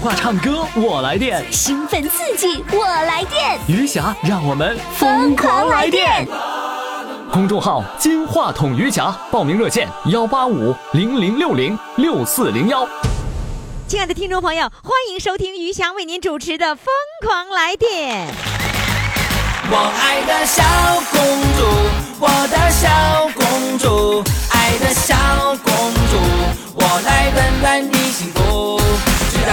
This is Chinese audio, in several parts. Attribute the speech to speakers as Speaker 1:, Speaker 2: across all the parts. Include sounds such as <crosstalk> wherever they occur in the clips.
Speaker 1: 话唱歌我来电，
Speaker 2: 兴奋刺激，我来电，
Speaker 1: 余霞让我们疯狂来电。公众号“金话筒余霞”，报名热线：幺八五零零六零六四零幺。
Speaker 3: 亲爱的听众朋友，欢迎收听于翔为您主持的《疯狂来电》。
Speaker 4: 我爱的小公主，我的小公主，爱的小公主，我来温暖你幸福。知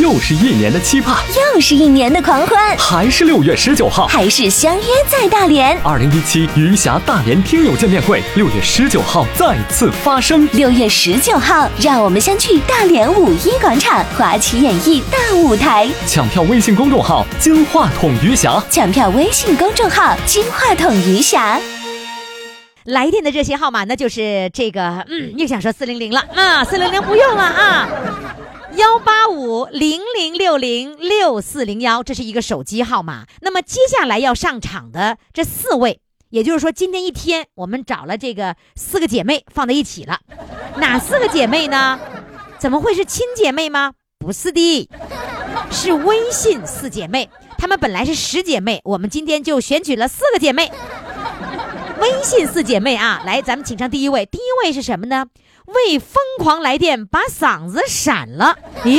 Speaker 1: 又是一年的期盼，
Speaker 2: 又是一年的狂欢，
Speaker 1: 还是六月十九号。
Speaker 2: 还是相约在大连。
Speaker 1: 二零一七余霞大连听友见面会，六月十九号再次发生。
Speaker 2: 六月十九号，让我们相聚大连五一广场华旗演艺大舞台，
Speaker 1: 抢票微信公众号“金话筒余霞
Speaker 2: 抢票微信公众号“金话筒余霞
Speaker 3: 来电的热线号码呢，就是这个，嗯，又想说四零零了啊，四零零不用了啊，幺八五零零六零六四零幺，这是一个手机号码。那么接下来要上场的这四位，也就是说今天一天我们找了这个四个姐妹放在一起了，哪四个姐妹呢？怎么会是亲姐妹吗？不是的，是微信四姐妹。她们本来是十姐妹，我们今天就选取了四个姐妹。微信四姐妹啊，来，咱们请上第一位。第一位是什么呢？为疯狂来电把嗓子闪了。咦，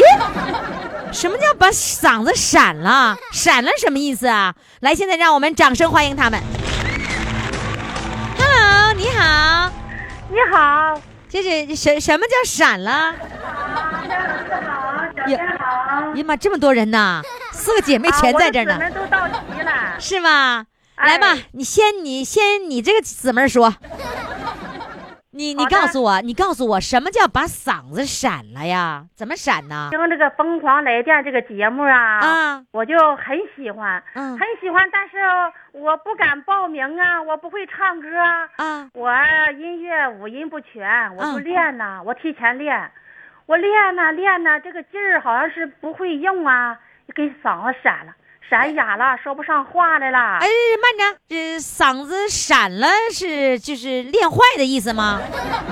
Speaker 3: 什么叫把嗓子闪了？闪了什么意思啊？来，现在让我们掌声欢迎他们。Hello，你好，
Speaker 5: 你好，
Speaker 3: 这是什什么叫闪了？
Speaker 5: 掌声好，啊
Speaker 3: 哎呀妈，这么多人呐，四个姐妹全在这儿呢
Speaker 5: 我，们都到齐了。
Speaker 3: 是吗？
Speaker 5: 哎
Speaker 3: 来吧，你先你先你这个姊妹儿
Speaker 5: <laughs>
Speaker 3: 说，你你
Speaker 5: 好的
Speaker 3: 告诉我，你告诉我什么叫把嗓子闪了呀？怎么闪呢？
Speaker 5: 听这个《疯狂来电》这个节目啊，
Speaker 3: 啊
Speaker 5: 我就很喜欢，
Speaker 3: 嗯
Speaker 5: 很喜欢，但是我不敢报名啊，我不会唱歌啊，
Speaker 3: 啊，
Speaker 5: 我音乐五音不全，我就
Speaker 3: 嗯
Speaker 5: 练呐、我提前练，我练呐、练呐、这个劲儿好像是不会用啊，给嗓子闪了，闪哑了，说不上话来了。
Speaker 3: 哎，慢着，这嗓子闪了是就是练坏的意思吗？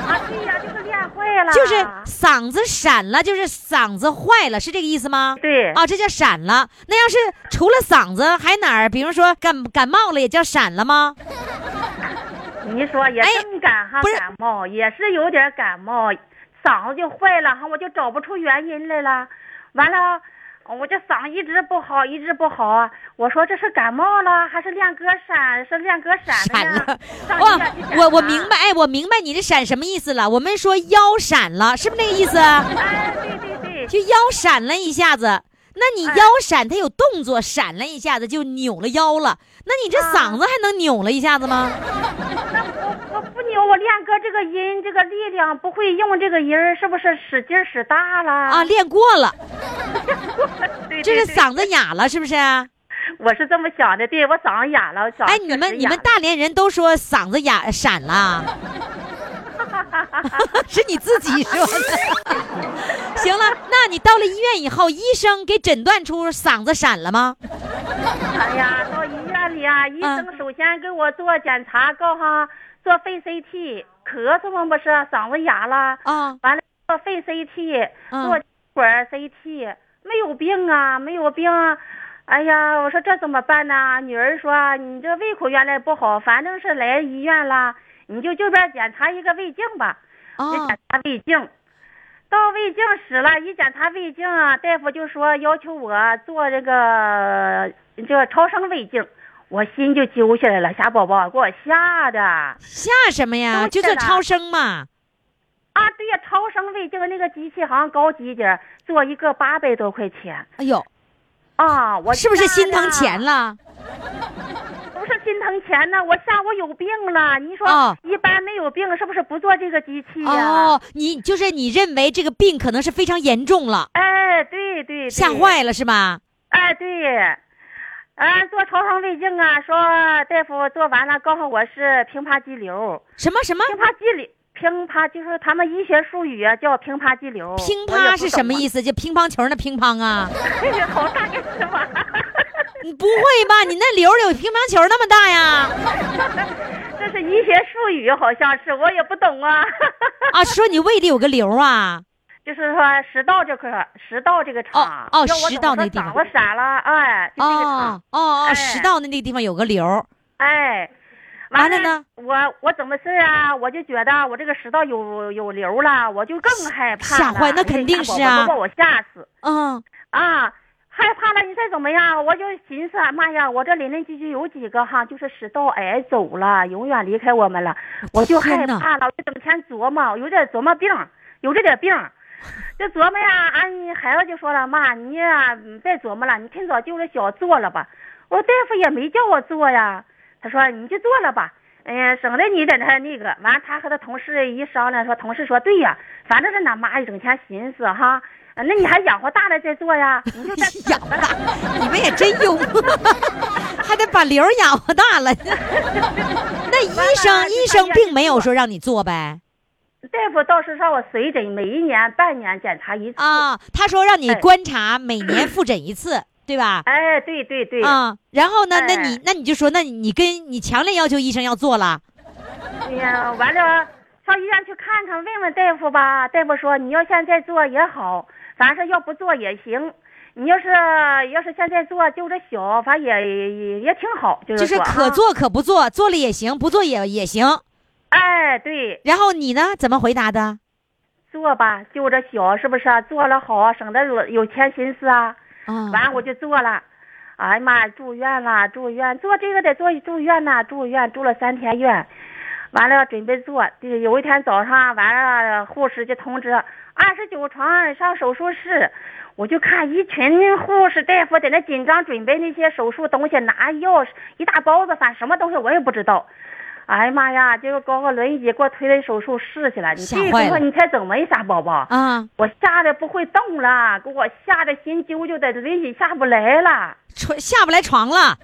Speaker 5: 啊，对呀、就是练坏了，
Speaker 3: 就是嗓子闪了，就是嗓子坏了，是这个意思吗？
Speaker 5: 对
Speaker 3: 啊，这叫闪了。那要是除了嗓子，还哪儿？比如说感感冒了，也叫闪了吗？
Speaker 5: 你说也
Speaker 3: 哎
Speaker 5: 正赶上
Speaker 3: 不是
Speaker 5: 感冒，也是有点感冒，嗓子就坏了哈，我就找不出原因来了。完了，我这嗓子一直不好，一直不好啊。我说这是感冒了，还是练歌闪？是练歌闪
Speaker 3: 闪
Speaker 5: 的呢
Speaker 3: 了？
Speaker 5: 上医
Speaker 3: 哇
Speaker 5: 院去检，
Speaker 3: 我我
Speaker 5: 查
Speaker 3: 明白，。哎，我明白你这闪什么意思了。我们说腰闪了，是不是那个意思？啊
Speaker 5: <laughs> 哎，对对对，
Speaker 3: 就腰闪了一下子。那你
Speaker 5: 哎
Speaker 3: 腰闪，它有动作，闪了一下子就扭了腰了。那你这
Speaker 5: 啊
Speaker 3: 嗓子还能扭了一下子吗？
Speaker 5: 我不扭，我练歌这个音，这个力量不会用，这个音儿是不是使劲儿使大了？
Speaker 3: 啊，练过了，
Speaker 5: 对，对
Speaker 3: 这是
Speaker 5: 对
Speaker 3: 嗓子哑了，是不是啊？
Speaker 5: 我是这么想的，对我嗓子哑了，我嗓子
Speaker 3: 哎，
Speaker 5: 确
Speaker 3: 你
Speaker 5: 实
Speaker 3: 们你
Speaker 5: 哑
Speaker 3: 们
Speaker 5: 了
Speaker 3: 大连人都说嗓子哑闪了，
Speaker 5: <laughs>
Speaker 3: 是你自己说的。 <laughs> 行了，那你到了医院以后，医生给诊断出嗓子闪了吗？
Speaker 5: 哎呀，到医院里啊，医
Speaker 3: 嗯
Speaker 5: 生首先给我做检查，告哈做肺 CT，咳嗽嘛不是，嗓子哑了，
Speaker 3: 啊、
Speaker 5: 完了做肺 CT，
Speaker 3: 嗯
Speaker 5: 做管 CT，没有病啊，没有病啊。哎呀，我说这怎么办呢？女儿说你这胃口原来不好，反正是来医院了，你就这边检查一个胃镜吧。
Speaker 3: 哦
Speaker 5: 就检查胃镜，到胃镜室了，一检查胃镜啊，大夫就说要求我做这个这个超声胃镜，我心就揪下来了，小宝宝给我吓的啊！
Speaker 3: 吓什么呀？
Speaker 5: 都
Speaker 3: 就
Speaker 5: 吓
Speaker 3: 做
Speaker 5: 了
Speaker 3: 超声嘛。
Speaker 5: 对呀，超声胃镜那个机器好像高级一点儿，做一个八百多块钱
Speaker 3: 哎呦，
Speaker 5: 啊！我
Speaker 3: 是不是
Speaker 5: 吓
Speaker 3: 心疼
Speaker 5: 得
Speaker 3: 钱？了？
Speaker 5: 不是心疼钱呢，我吓我有病了。你说、
Speaker 3: 哦
Speaker 5: 一般没有病是不是不做这个机器呀、
Speaker 3: 哦，你就是你认为这个病可能是非常严重了，
Speaker 5: 哎，对对对，
Speaker 3: 吓坏了是吧？
Speaker 5: 哎，对，嗯，做超声胃镜啊，说大夫做完了，告诉我是平滑肌瘤，
Speaker 3: 什么什么
Speaker 5: 平滑肌瘤，平滑就是他们医学术语啊，叫平滑肌瘤。
Speaker 3: 乒乓是什么意思？就乒乓球那乒乓啊？
Speaker 5: 思？好大啊个是吧？
Speaker 3: 你不会吧？你那瘤有乒乓球那么大呀？
Speaker 5: <laughs> 这是医学术语，好像是我也不懂啊。 <laughs>
Speaker 3: 啊，说你胃里有个瘤啊？
Speaker 5: 就是说食道这块，食道这个肠，
Speaker 3: 哦哦
Speaker 5: 要我
Speaker 3: 食
Speaker 5: 怎
Speaker 3: 道那
Speaker 5: 么说
Speaker 3: 地方
Speaker 5: 嗓子闪了，哎，就这个肠。
Speaker 3: 哦哦哦，
Speaker 5: 哎
Speaker 3: 食道那那个地方有个瘤。
Speaker 5: 哎，
Speaker 3: 完
Speaker 5: 完
Speaker 3: 了呢？
Speaker 5: 我我怎么事儿啊？我就觉得我这个食道有有瘤了，我就更害
Speaker 3: 吓
Speaker 5: 怕了。
Speaker 3: 坏那肯定是啊
Speaker 5: 都把我吓死
Speaker 3: 嗯，
Speaker 5: 啊！害怕了，你再怎么样，我就寻思，妈呀，我这邻邻居居有几个哈，就是食道癌走了，永远离开我们了，我就害
Speaker 3: 天哪
Speaker 5: 怕了，我就整天琢磨，有点琢磨病，有这点病。就琢磨呀，俺、孩子就说了，妈，你呀、嗯别琢磨了，你趁早就着小做了吧。我说大夫也没叫我做呀，他说你就做了吧，哎呀，省得你在那那个。完，他和他同事一商量说，同事说对呀，反正是俺妈一整天寻思哈，啊那你还养活大了再做呀，你
Speaker 3: <laughs>
Speaker 5: 就再
Speaker 3: 养活大，你们也真幽默， <laughs> 还得把瘤养活大了。 <laughs> 那医
Speaker 5: 完
Speaker 3: 生
Speaker 5: 了
Speaker 3: 医生并没有说让你做呗？
Speaker 5: 大夫倒是让我随诊，每一年半年检查一次。
Speaker 3: 啊，他说让你
Speaker 5: 哎
Speaker 3: 观察，每年复诊一次，对吧？
Speaker 5: 哎，对对对，
Speaker 3: 啊，然后呢？那你
Speaker 5: 哎
Speaker 3: 那你就说，那你跟你强烈要求医生要做了，
Speaker 5: 哎呀，完了，上医院去看看，问问大夫吧。大夫说你要现在做也好，反正要不做也行。你要是要是现在做就这小，反正也也也挺好，就是
Speaker 3: 就是
Speaker 5: 说
Speaker 3: 可
Speaker 5: 啊。
Speaker 3: 做可不做，做了也行，不做也也行。
Speaker 5: 哎，对，
Speaker 3: 然后你呢？怎么回答的？
Speaker 5: 做吧，就这小，是不是、啊？做了好啊，省得有有钱心思啊。
Speaker 3: 啊，
Speaker 5: 完我就做了，哎呀妈，住院了，住院，做这个得做住院呐，住院住了三天院，完了准备做，就是有一天早上完了，护士就通知二十九床上手术室，我就看一群护士大夫在那紧张准备那些手术东西，拿药一大包子，反正什么东西我也不知道。哎呀妈呀！结果搞个轮椅给我推到手术室去了，你
Speaker 3: 吓
Speaker 5: 这个
Speaker 3: 坏
Speaker 5: 功夫
Speaker 3: 了
Speaker 5: 你猜怎么一下宝宝？
Speaker 3: 啊，
Speaker 5: 我吓得不会动了，给我吓得心揪揪的，轮椅下不来了，
Speaker 3: 床下不来床了。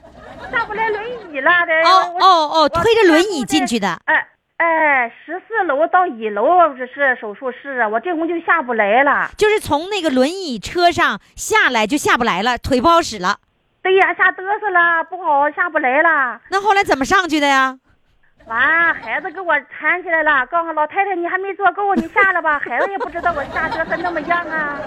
Speaker 5: 下不来轮椅了的。
Speaker 3: 哦
Speaker 5: 我
Speaker 3: 哦哦，
Speaker 5: 我
Speaker 3: 推着轮椅进去的。
Speaker 5: 哎哎，十四楼到一楼这是手术室啊，我这功夫就下不来了。
Speaker 3: 就是从那个轮椅车上下来就下不来了，腿不好使了。
Speaker 5: 对呀、吓嘚瑟了，不好下不来了。
Speaker 3: 那后来怎么上去的呀？
Speaker 5: 完，孩子给我缠起来了，告诉老太太你还没做够，你下了吧。孩子也不知道我下嘚瑟那么样啊，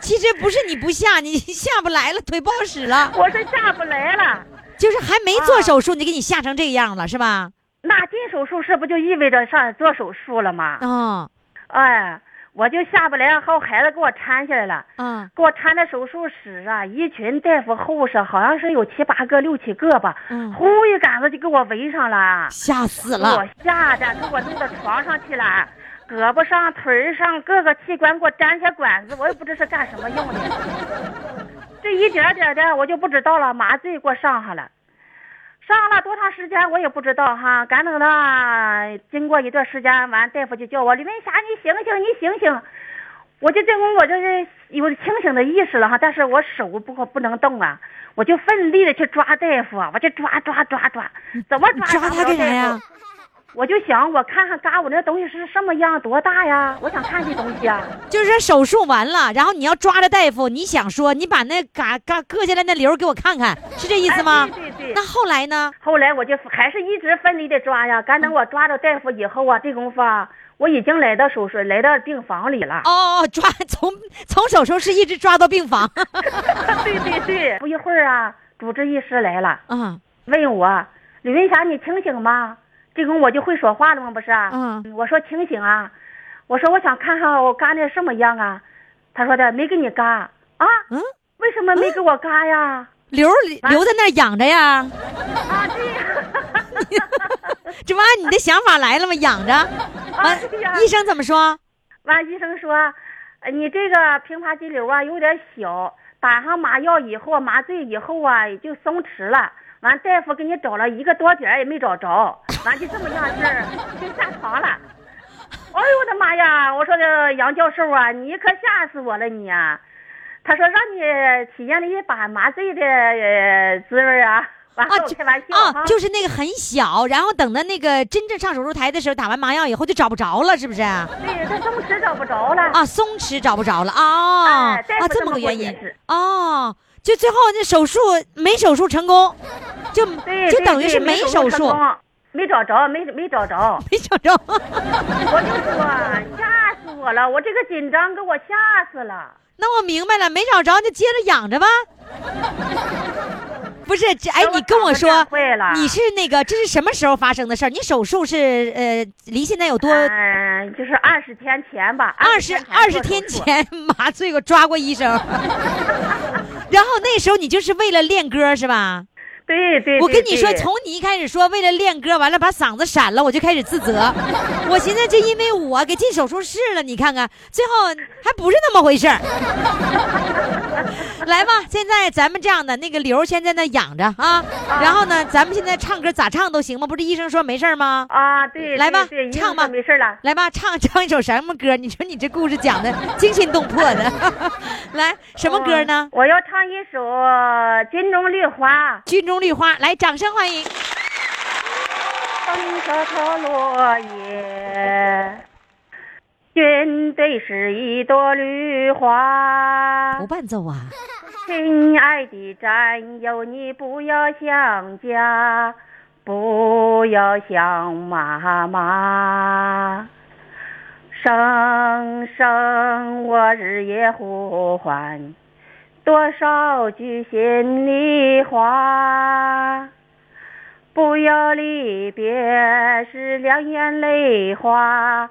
Speaker 3: 其实不是你不下， <laughs> 你下不来了，腿不好使了，
Speaker 5: 我是下不来了。
Speaker 3: 就是还没做手术，你给你吓成这样了，是吧？
Speaker 5: 那进手术室不就意味着上做手术了吗？
Speaker 3: 啊
Speaker 5: 哎，我就下不来，后孩子给我搀下来了，
Speaker 3: 啊
Speaker 5: 给我搀到手术室啊，一群大夫护士，好像是有七八个、六七个吧，
Speaker 3: 嗯
Speaker 5: 呼一杆子就给我围上了，
Speaker 3: 吓死
Speaker 5: 给
Speaker 3: 了
Speaker 5: 我！吓得给我弄到床上去了。胳膊上、腿儿上各个器官给我粘些管子，我也不知是干什么用
Speaker 3: <laughs>
Speaker 5: 的。这一点点的我就不知道了，麻醉给我上上了，上了多长时间我也不知道哈。赶等到经过一段时间，完大夫就叫我李文霞，你醒醒，你醒醒。我就这功夫我就是有清醒的意识了哈，但是我手不不能动啊，我就奋力的去抓大夫啊，我就抓抓抓抓，怎么抓
Speaker 3: 抓
Speaker 5: 不
Speaker 3: 他干啥
Speaker 5: 着大夫
Speaker 3: 呀？
Speaker 5: 我就想，我看看嘎，我那东西是什么样，多大呀？我想看这东西啊。
Speaker 3: 就是说手术完了，然后你要抓着大夫，你想说你把那嘎嘎割下来那瘤给我看看，是这意思吗
Speaker 5: 哎？对对对
Speaker 3: 那后来呢？
Speaker 5: 后来我就还是一直奋力的抓呀，赶等我抓着大夫以后啊，这功夫啊，我已经来到手术，来到病房里了。
Speaker 3: 哦哦，抓 <laughs> 从从手术室一直抓到病房
Speaker 5: <laughs> 对对对，不一会儿啊，主治医师来了，
Speaker 3: 啊
Speaker 5: 问我李文霞，你清醒吗？这功夫我就会说话了吗？不是啊，
Speaker 3: 嗯
Speaker 5: 我说清醒啊，我说我想看看我嘎那什么样啊，他说的没给你嘎啊，
Speaker 3: 嗯，
Speaker 5: 为什么没给我嘎呀？
Speaker 3: <laughs> 瘤儿留在那儿养着呀。
Speaker 5: 啊，对 <laughs> 呀、
Speaker 3: 这不按你的想法来了吗？养着，完、
Speaker 5: 啊对呀
Speaker 3: 医生怎么说？
Speaker 5: 完，医生说，呃你这个平滑肌瘤啊有点小，打上麻药以后，麻醉以后啊也就松弛了。完，大夫给你找了一个多点儿也没找着，完就这么样
Speaker 3: <laughs>
Speaker 5: 式儿就下床了。哎呦我的妈呀！我说这杨教授啊，你可吓死我了你啊！他说让你体验了一把麻醉的、呃滋味啊。完了，
Speaker 3: 啊
Speaker 5: 我
Speaker 3: 就
Speaker 5: 开玩笑哈
Speaker 3: 啊，就是那个很小，然后等到那个真正上手术台的时候，打完麻药以后就找不着了，是不是？啊，
Speaker 5: 对他松弛找不着了。
Speaker 3: 松弛找不着了啊、
Speaker 5: 哎大夫
Speaker 3: 啊，这
Speaker 5: 这
Speaker 3: 么
Speaker 5: 么
Speaker 3: 个
Speaker 5: 给我
Speaker 3: 原因
Speaker 5: 解释
Speaker 3: 哦，就最后那手术没手术成功，就
Speaker 5: 对，
Speaker 3: 就
Speaker 5: 对
Speaker 3: 等于
Speaker 5: 对
Speaker 3: 是
Speaker 5: 没
Speaker 3: 手
Speaker 5: 成
Speaker 3: 术，
Speaker 5: 功没找着，没没找着。
Speaker 3: 没找着。
Speaker 5: 我就说吓死我了，我这个紧张给我吓死了。
Speaker 3: <laughs> 那我明白了，没找着就接着养着吧。 <laughs> 不是，这哎
Speaker 5: 那，我
Speaker 3: 你跟我
Speaker 5: 早
Speaker 3: 说
Speaker 5: 就会了，
Speaker 3: 你是那个这是什么时候发生的事儿？你手术是呃离现在有多
Speaker 5: 嗯、就是二十天前吧，
Speaker 3: 二十二十天
Speaker 5: 做手术。
Speaker 3: 前麻醉过抓过医生， <laughs> 然后那时候你就是为了练歌是吧？
Speaker 5: 对对，
Speaker 3: 我
Speaker 5: 对
Speaker 3: 跟你说，
Speaker 5: 对
Speaker 3: 从你一开始说为了练歌，完了把嗓子闪了，我就开始自责。 <laughs> 我寻思这因为我给进手术室了，你看看，最后还不是那么回事儿。 <laughs> 来吧，现在咱们这样的那个瘤儿先在那养着啊，然后呢，咱们现在唱歌咋唱都行吗？不是医生说没事儿吗？
Speaker 5: 啊，对，
Speaker 3: 来
Speaker 5: 对
Speaker 3: 吧
Speaker 5: 对，一
Speaker 3: 唱
Speaker 5: 路
Speaker 3: 吧
Speaker 5: 都没事了。
Speaker 3: 来吧，唱唱一首什么歌？你说你这故事讲的 <laughs> 惊心动魄的， <laughs> 来什么歌呢
Speaker 5: 嗯？我要唱一首《金钟绿花》。
Speaker 3: 军中绿花，来，掌声欢迎！
Speaker 5: 风着头落叶，军队是一朵绿花
Speaker 3: 不。伴奏啊，
Speaker 5: 亲爱的战友，你不要想家，不要想妈妈。声声我日夜呼唤，多少句心里话。不要离别时两眼泪花，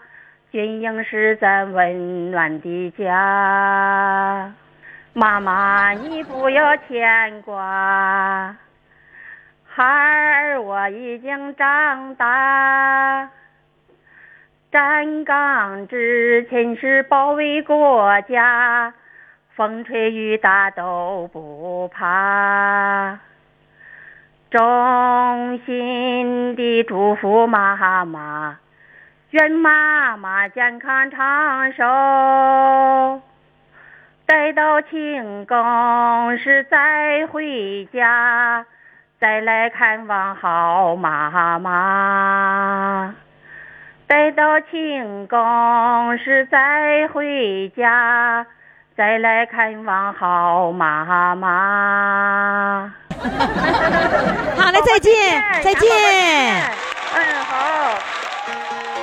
Speaker 5: 军营是咱温暖的家。妈妈，你不要牵挂，孩儿我已经长大。站岗执勤是保卫国家，风吹雨打都不怕。衷心地祝福妈妈，愿妈妈健康长寿。待到庆功时再回家，再来看望好妈妈。待到庆功时再回家，再来看望好妈妈。
Speaker 3: 好嘞，再见，再见。。
Speaker 5: 嗯，好。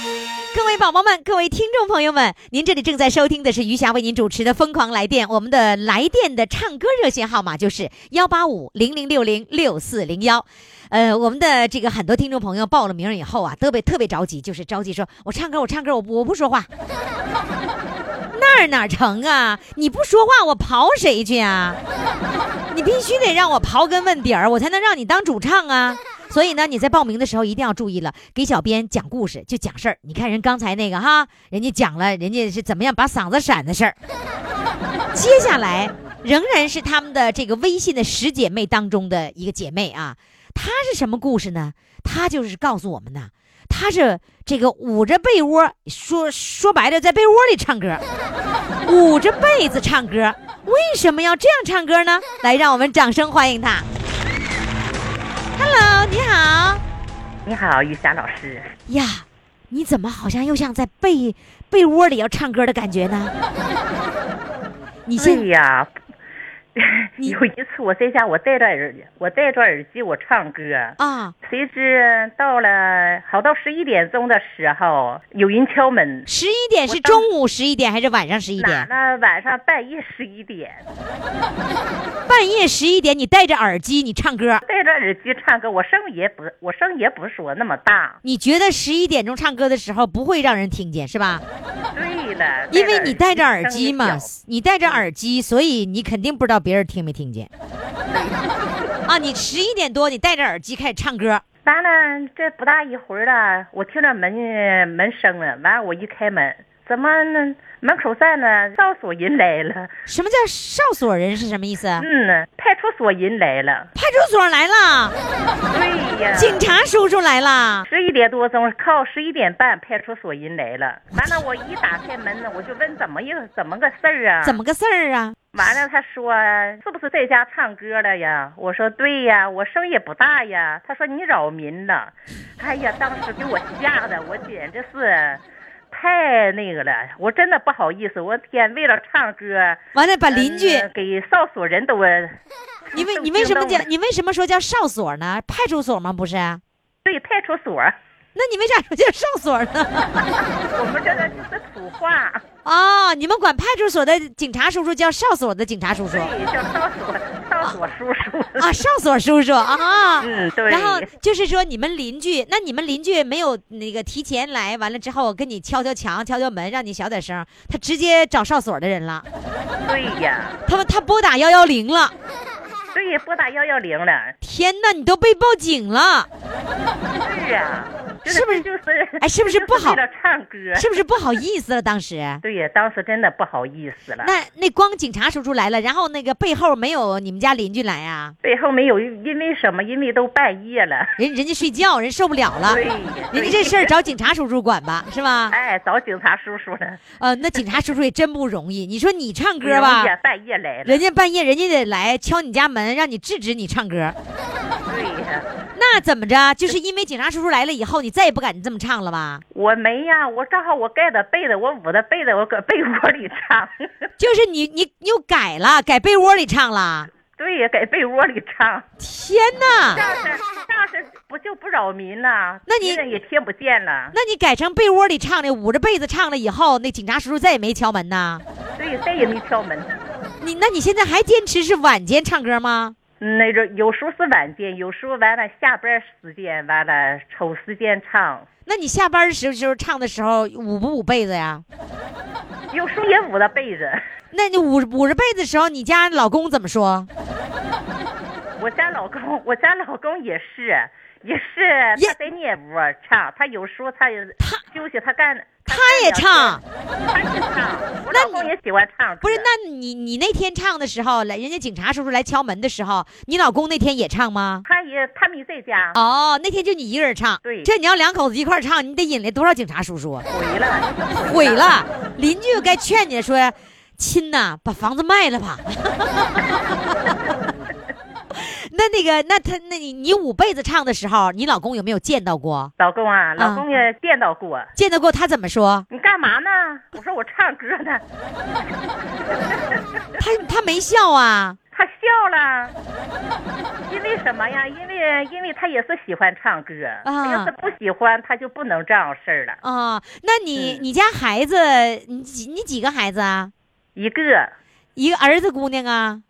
Speaker 3: 各位宝宝们，各位听众朋友们，您这里正在收听的是余霞为您主持的《疯狂来电》，我们的来电的唱歌热线号码就是幺八五零零六零六四零幺。呃，我们的这个很多听众朋友报了名以后啊，特别特别着急，就是着急说，我唱歌，我唱歌，我不我不说话， <laughs> 那儿哪成啊？你不说话，我刨谁去啊？你必须得让我刨根问底儿，我才能让你当主唱啊。所以呢，你在报名的时候一定要注意了，给小编讲故事就讲事儿。你看人刚才那个哈，人家讲了人家是怎么样把嗓子闪的事儿。接下来仍然是他们的这个微信的十姐妹当中的一个姐妹啊，她是什么故事呢？她就是告诉我们呢，她是这个捂着被窝，说说白了，在被窝里唱歌，捂着被子唱歌。为什么要这样唱歌呢？来，让我们掌声欢迎她。Hello，你好。
Speaker 5: 你好，于霞老师。
Speaker 3: 呀，你怎么好像又像在被被窝里要唱歌的感觉呢？你
Speaker 5: 对
Speaker 3: 现
Speaker 5: 哎呀，
Speaker 3: 你
Speaker 5: <laughs> 有一次我在家，我戴着耳，我戴着耳机，我唱歌。
Speaker 3: 啊，
Speaker 5: 谁知到了好到十一点钟的时候，有人敲门，
Speaker 3: 十一点是
Speaker 5: 我当
Speaker 3: 中午十一点还是晚上十一
Speaker 5: 哪
Speaker 3: 点？
Speaker 5: 呢？晚上半夜十一点，
Speaker 3: 半夜十一点，你戴着耳机你唱歌，
Speaker 5: 戴着耳机唱歌，我声音也不，我声音也不是说那么大。
Speaker 3: 你觉得十一点钟唱歌的时候不会让人听见是吧？
Speaker 5: 对了，
Speaker 3: 因为你戴着耳机嘛
Speaker 5: 声音小，
Speaker 3: 你戴着耳机，所以你肯定不知道别人听没听见。啊，你十一点多你戴着耳机开始唱歌，
Speaker 6: 完了，这不大一会儿了，我听着门门声了，完了我一开门，怎么呢？门口站呢哨所人来了，
Speaker 3: 什么叫哨所人是什么意思？啊
Speaker 6: 嗯呢，派出所人来了。
Speaker 3: 派出所来了，
Speaker 6: 对呀，
Speaker 3: 警察叔叔来了，
Speaker 6: 十一点多钟，靠十一点半派出所人来了。完了，我一打开门呢，我就问怎么一个怎么个事儿啊？
Speaker 3: 怎么个事儿啊？
Speaker 6: 完了，他说是不是在家唱歌了呀？我说对呀，我声也不大呀。他说你扰民了，哎呀，当时给我吓得我简直是太那个了，我真的不好意思，我天，为了唱歌，
Speaker 3: 完了把邻居，
Speaker 6: 呃给哨所人都呃
Speaker 3: 你为
Speaker 6: 都
Speaker 3: 你为什么
Speaker 6: 惊
Speaker 3: 叫
Speaker 6: 动了
Speaker 3: 你为什么说叫哨所呢？派出所吗？不是？那
Speaker 6: 对派出所， <laughs>
Speaker 3: 你为啥说叫哨所呢？
Speaker 6: 我们这个就是土话，
Speaker 3: 哦，你们管派出所的警察叔叔叫哨所的警察叔叔
Speaker 6: 对，叫哨所哨所叔叔。
Speaker 3: 啊，哨所叔叔啊。
Speaker 6: <laughs> 嗯，对。
Speaker 3: 然后就是说你们邻居，那你们邻居没有那个提前来，完了之后跟你敲敲墙、敲敲门，让你小点声，他直接找哨所的人
Speaker 6: <laughs>
Speaker 3: 了，
Speaker 6: 对呀，
Speaker 3: 他们他拨打幺幺零了。
Speaker 6: 对，拨打幺幺零了。
Speaker 3: 天哪，你都被报警了，
Speaker 6: 是啊，就是
Speaker 3: 不是
Speaker 6: 就是？
Speaker 3: 哎是不是
Speaker 6: <laughs> 就
Speaker 3: 不好
Speaker 6: 为了唱歌。
Speaker 3: 是不是不好意思了？当时，
Speaker 6: 对呀，当时真的不好意思了。
Speaker 3: 那那光警察叔叔来了，然后那个背后没有你们家邻居来啊？
Speaker 6: 背后没有，因为什么？因为都半夜了。
Speaker 3: 人人家睡觉，人受不了了，
Speaker 6: 对
Speaker 3: 人家这事儿找警察叔叔管吧，是吧？
Speaker 6: 哎，找警察叔叔了。
Speaker 3: 呃，那警察叔叔也真不容易。你说你唱
Speaker 6: 不容
Speaker 3: 歌
Speaker 6: 易
Speaker 3: 吧，
Speaker 6: 啊半夜来了。
Speaker 3: 人家半夜人家得来敲你家门，让你制止你唱歌，
Speaker 6: <laughs> 对呀，
Speaker 3: 那怎么着？就是因为警察叔叔来了以后，你再也不敢这么唱了吧？
Speaker 6: 我没呀，我正好我盖的被子，我捂的被子，我搁被窝里唱。 <laughs>
Speaker 3: 就是你你你又改了，改被窝里唱了。
Speaker 6: 对呀，搁被窝里
Speaker 3: <laughs>
Speaker 6: 唱。
Speaker 3: 天
Speaker 6: 这
Speaker 3: 哪！
Speaker 6: 样式这样式不就不扰民了？
Speaker 3: 那你
Speaker 6: 别人也听不见了。
Speaker 3: 那你改成被窝里唱的，捂着被子唱了以后，那警察叔叔再也没敲门呐。
Speaker 6: 对，再也没敲门。
Speaker 3: 你那你现在还坚持是晚间唱歌吗？
Speaker 6: 嗯那种有时候是晚间，有时候完了下班时间，完了抽时间唱，
Speaker 3: 那你下班的时候时候唱的时候捂不捂被子呀？
Speaker 6: 有时候也捂着被子。
Speaker 3: 那你捂捂着被子的时候，你家老公怎么说？
Speaker 6: 我家老公，我家老公也是，也是
Speaker 3: 也
Speaker 6: 他在那屋唱，他有时候他也休息，他干
Speaker 3: 他
Speaker 6: 干
Speaker 3: 也
Speaker 6: 两
Speaker 3: 唱
Speaker 6: 天，他也唱，我
Speaker 3: 那
Speaker 6: 老公
Speaker 3: 你
Speaker 6: 也喜欢唱歌。
Speaker 3: 不是，那你你那天唱的时候，来人家警察叔叔来敲门的时候，你老公那天也唱吗？
Speaker 6: 他也他没在家，
Speaker 3: 哦，那天就你一个人唱。
Speaker 6: 对
Speaker 3: 这你要两口子一块儿唱，你得引来多少警察叔叔啊？
Speaker 6: 回了。
Speaker 3: 毁了，邻居该劝你说：“亲呐，把房子卖了吧。”那那个，那他，那你你捂被子唱的时候，你老公有没有见到过？
Speaker 6: 老公啊，
Speaker 3: 嗯
Speaker 6: 老公也见到过。
Speaker 3: 见到过，他怎么说？
Speaker 6: 你干嘛呢？我说我唱歌呢，
Speaker 3: 他他没笑啊？
Speaker 6: 他笑了， <laughs> 因为什么呀？因为因为他也是喜欢唱歌，他要是不喜欢，他就不能这样事儿了。
Speaker 3: 啊、那你、
Speaker 6: 嗯
Speaker 3: 你家孩子，你几你几个孩子啊？
Speaker 6: 一个
Speaker 3: 一个儿子姑娘啊？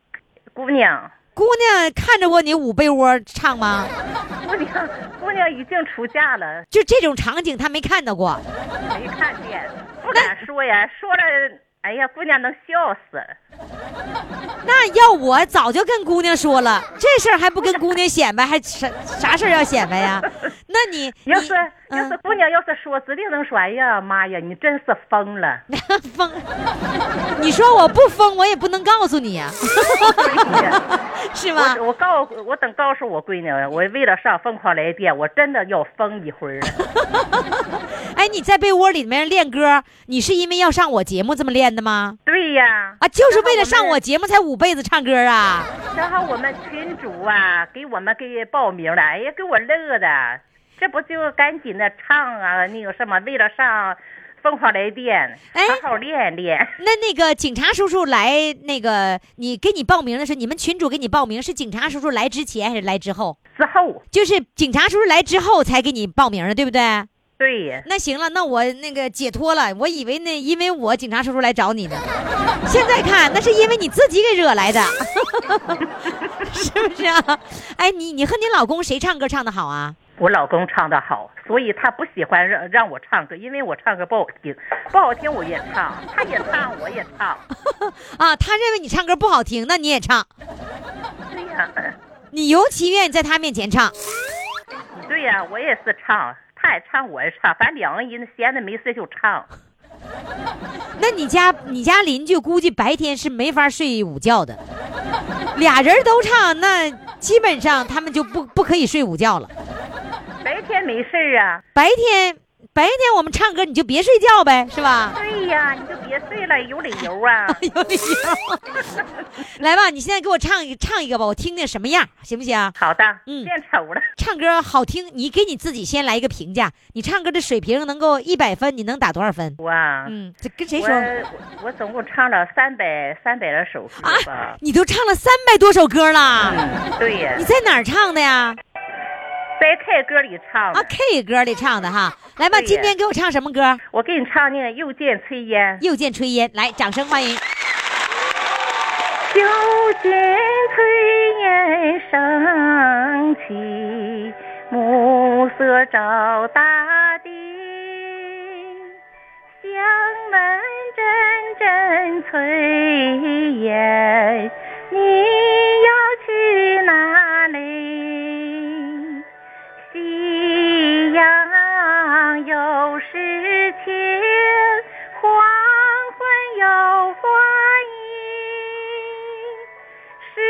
Speaker 6: 姑娘，
Speaker 3: 姑娘看着过你捂被窝唱吗？
Speaker 6: 姑娘，姑娘已经出嫁了，
Speaker 3: 就这种场景他没看到过。
Speaker 6: 没看见，不敢说呀，说了，哎呀，姑娘能笑死。
Speaker 3: 那要我早就跟姑娘说了，这事儿还不跟姑娘显摆，还啥啥事儿要显摆呀？那你你
Speaker 6: 要是要是
Speaker 3: 嗯
Speaker 6: 姑娘要是说，指定能说，哎呀妈呀，你真是疯了。
Speaker 3: 疯，嗯你说我不疯，我也不能告诉你
Speaker 6: <laughs>
Speaker 3: 呀、是吧
Speaker 6: 我？我告我等告诉我闺女，我为了上疯狂来电，我真的要疯一会儿了。
Speaker 3: 哎，你在被窝里面练歌，你是因为要上我节目这么练的吗？
Speaker 6: 对呀，
Speaker 3: 啊，就是为了
Speaker 6: 然
Speaker 3: 上
Speaker 6: 后我
Speaker 3: 我
Speaker 6: 们
Speaker 3: 节目才捂被子唱歌啊！
Speaker 6: 然后我们群主啊，给我们给报名了，哎呀，给我乐的，这不就赶紧的唱啊，那个什么，为了上《疯狂来电》，
Speaker 3: 哎
Speaker 6: 好好练练。
Speaker 3: 那那个警察叔叔来，那个你给你报名的时候，你们群主给你报名是警察叔叔来之前还是来之后？
Speaker 6: 之后，
Speaker 3: 就是警察叔叔来之后才给你报名的，对不对？
Speaker 6: 对呀，
Speaker 3: 那行了，那我那个解脱了。我以为那因为我警察叔叔来找你呢，现在看那是因为你自己给惹来的， <laughs> 是不是啊？哎，你你和你老公谁唱歌唱的好啊？
Speaker 6: 我老公唱的好，所以他不喜欢让让我唱歌，因为我唱歌不好听，不好听我也唱，他也唱，我也唱。
Speaker 3: 啊，他认为你唱歌不好听，那你也唱，
Speaker 6: 对呀，
Speaker 3: 你尤其愿意在他面前唱。
Speaker 7: 对呀、我也是唱，他也唱，我也唱，反正两个人闲着没事就唱。
Speaker 3: 那你家你家邻居估计白天是没法睡午觉的，俩人都唱，那基本上他们就不不可以睡午觉了。
Speaker 7: 白天没事儿啊，
Speaker 3: 白天白天我们唱歌，你就别睡觉呗，是吧？ <laughs>
Speaker 7: 对呀、你就别睡了，有理由啊。
Speaker 3: 有理由。来吧，你现在给我唱一唱一个吧，我听听什么样，行不行啊？
Speaker 7: 好的，
Speaker 3: 嗯
Speaker 7: 见丑了，
Speaker 3: 唱歌好听，你给你自己先来一个评价，你唱歌的水平能够一百分，你能打多少分？
Speaker 7: 我啊，
Speaker 3: 嗯，这跟谁
Speaker 7: 我
Speaker 3: 说？
Speaker 7: 我我总共唱了三百三百来首
Speaker 3: 啊
Speaker 7: 歌吧，，嗯
Speaker 3: 你都唱了三百多首歌了，
Speaker 7: 对呀、
Speaker 3: 你在哪儿唱的呀？
Speaker 7: 在 K 歌里唱的
Speaker 3: 啊，K 歌里唱的哈。来吧，
Speaker 7: 对呀
Speaker 3: 今天给我唱什么歌？《
Speaker 7: 我给你唱那个《又见炊烟》。
Speaker 3: 又见炊烟》，来，掌声欢迎。
Speaker 7: 又见炊烟升起，暮色罩大地。乡门阵阵炊烟，你要去哪里？夕阳有时晴，黄昏有花影。诗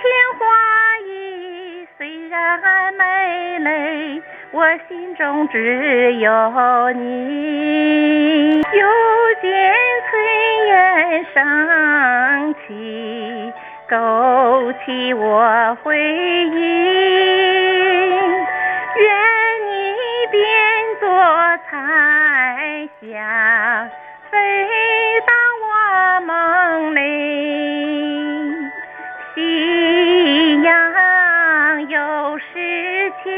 Speaker 7: 情画意虽然美泪，我心中只有你。又见炊烟升起，勾起我回忆。愿你变作彩霞，飞到我梦里。夕阳有时晴，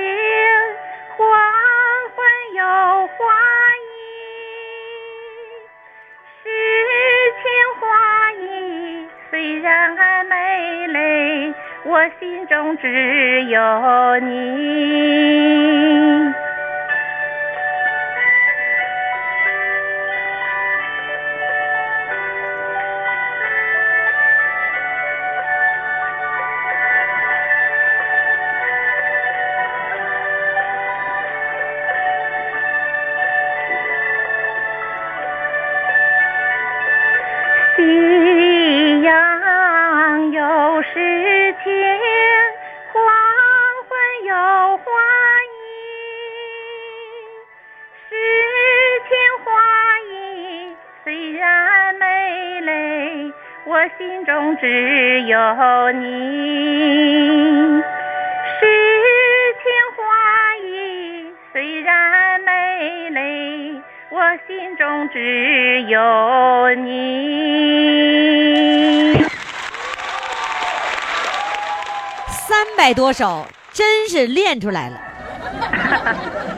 Speaker 7: 黄昏有花影。诗情画意虽然美丽，我心中只有你。夕阳有时晴，黄昏有花影。诗情画意虽然美丽，我心中只有你。诗情画意虽然美丽，我心中只有你。
Speaker 3: 三百多首，真是练出来
Speaker 7: <laughs>
Speaker 3: 了。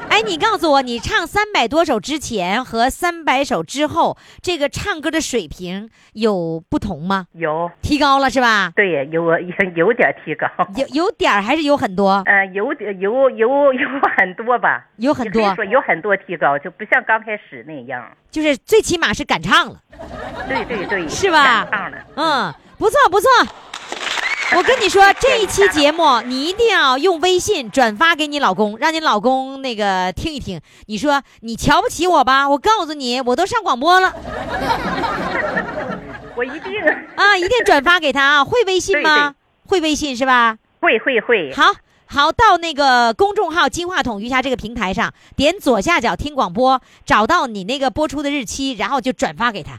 Speaker 3: 哎，你告诉我，你唱三百多首之前和三百首之后，这个唱歌的水平有不同吗？
Speaker 7: 有，
Speaker 3: 提高了是吧？
Speaker 7: 对，有有有点提高。
Speaker 3: 有有点儿还是有很多，
Speaker 7: 呃，有点有有有很多吧，
Speaker 3: 有很
Speaker 7: 也可
Speaker 3: 多
Speaker 7: 以说，有很多提高，就不像刚开始那样。
Speaker 3: 就是最起码是敢唱了，
Speaker 7: 对对对，
Speaker 3: 是吧
Speaker 7: 赶上了，
Speaker 3: 嗯，不错不错。我跟你说，这一期节目你一定要用微信转发给你老公，让你老公那个听一听。你说你瞧不起我吧？我告诉你，我都上广播了。
Speaker 7: 我一定
Speaker 3: 啊，一定转发给他啊！会微信吗？会微信是吧？
Speaker 7: 会会会。
Speaker 3: 好。好，到那个公众号“金话筒瑜伽”这个平台上，点左下角听广播，找到你那个播出的日期，然后就转发给他，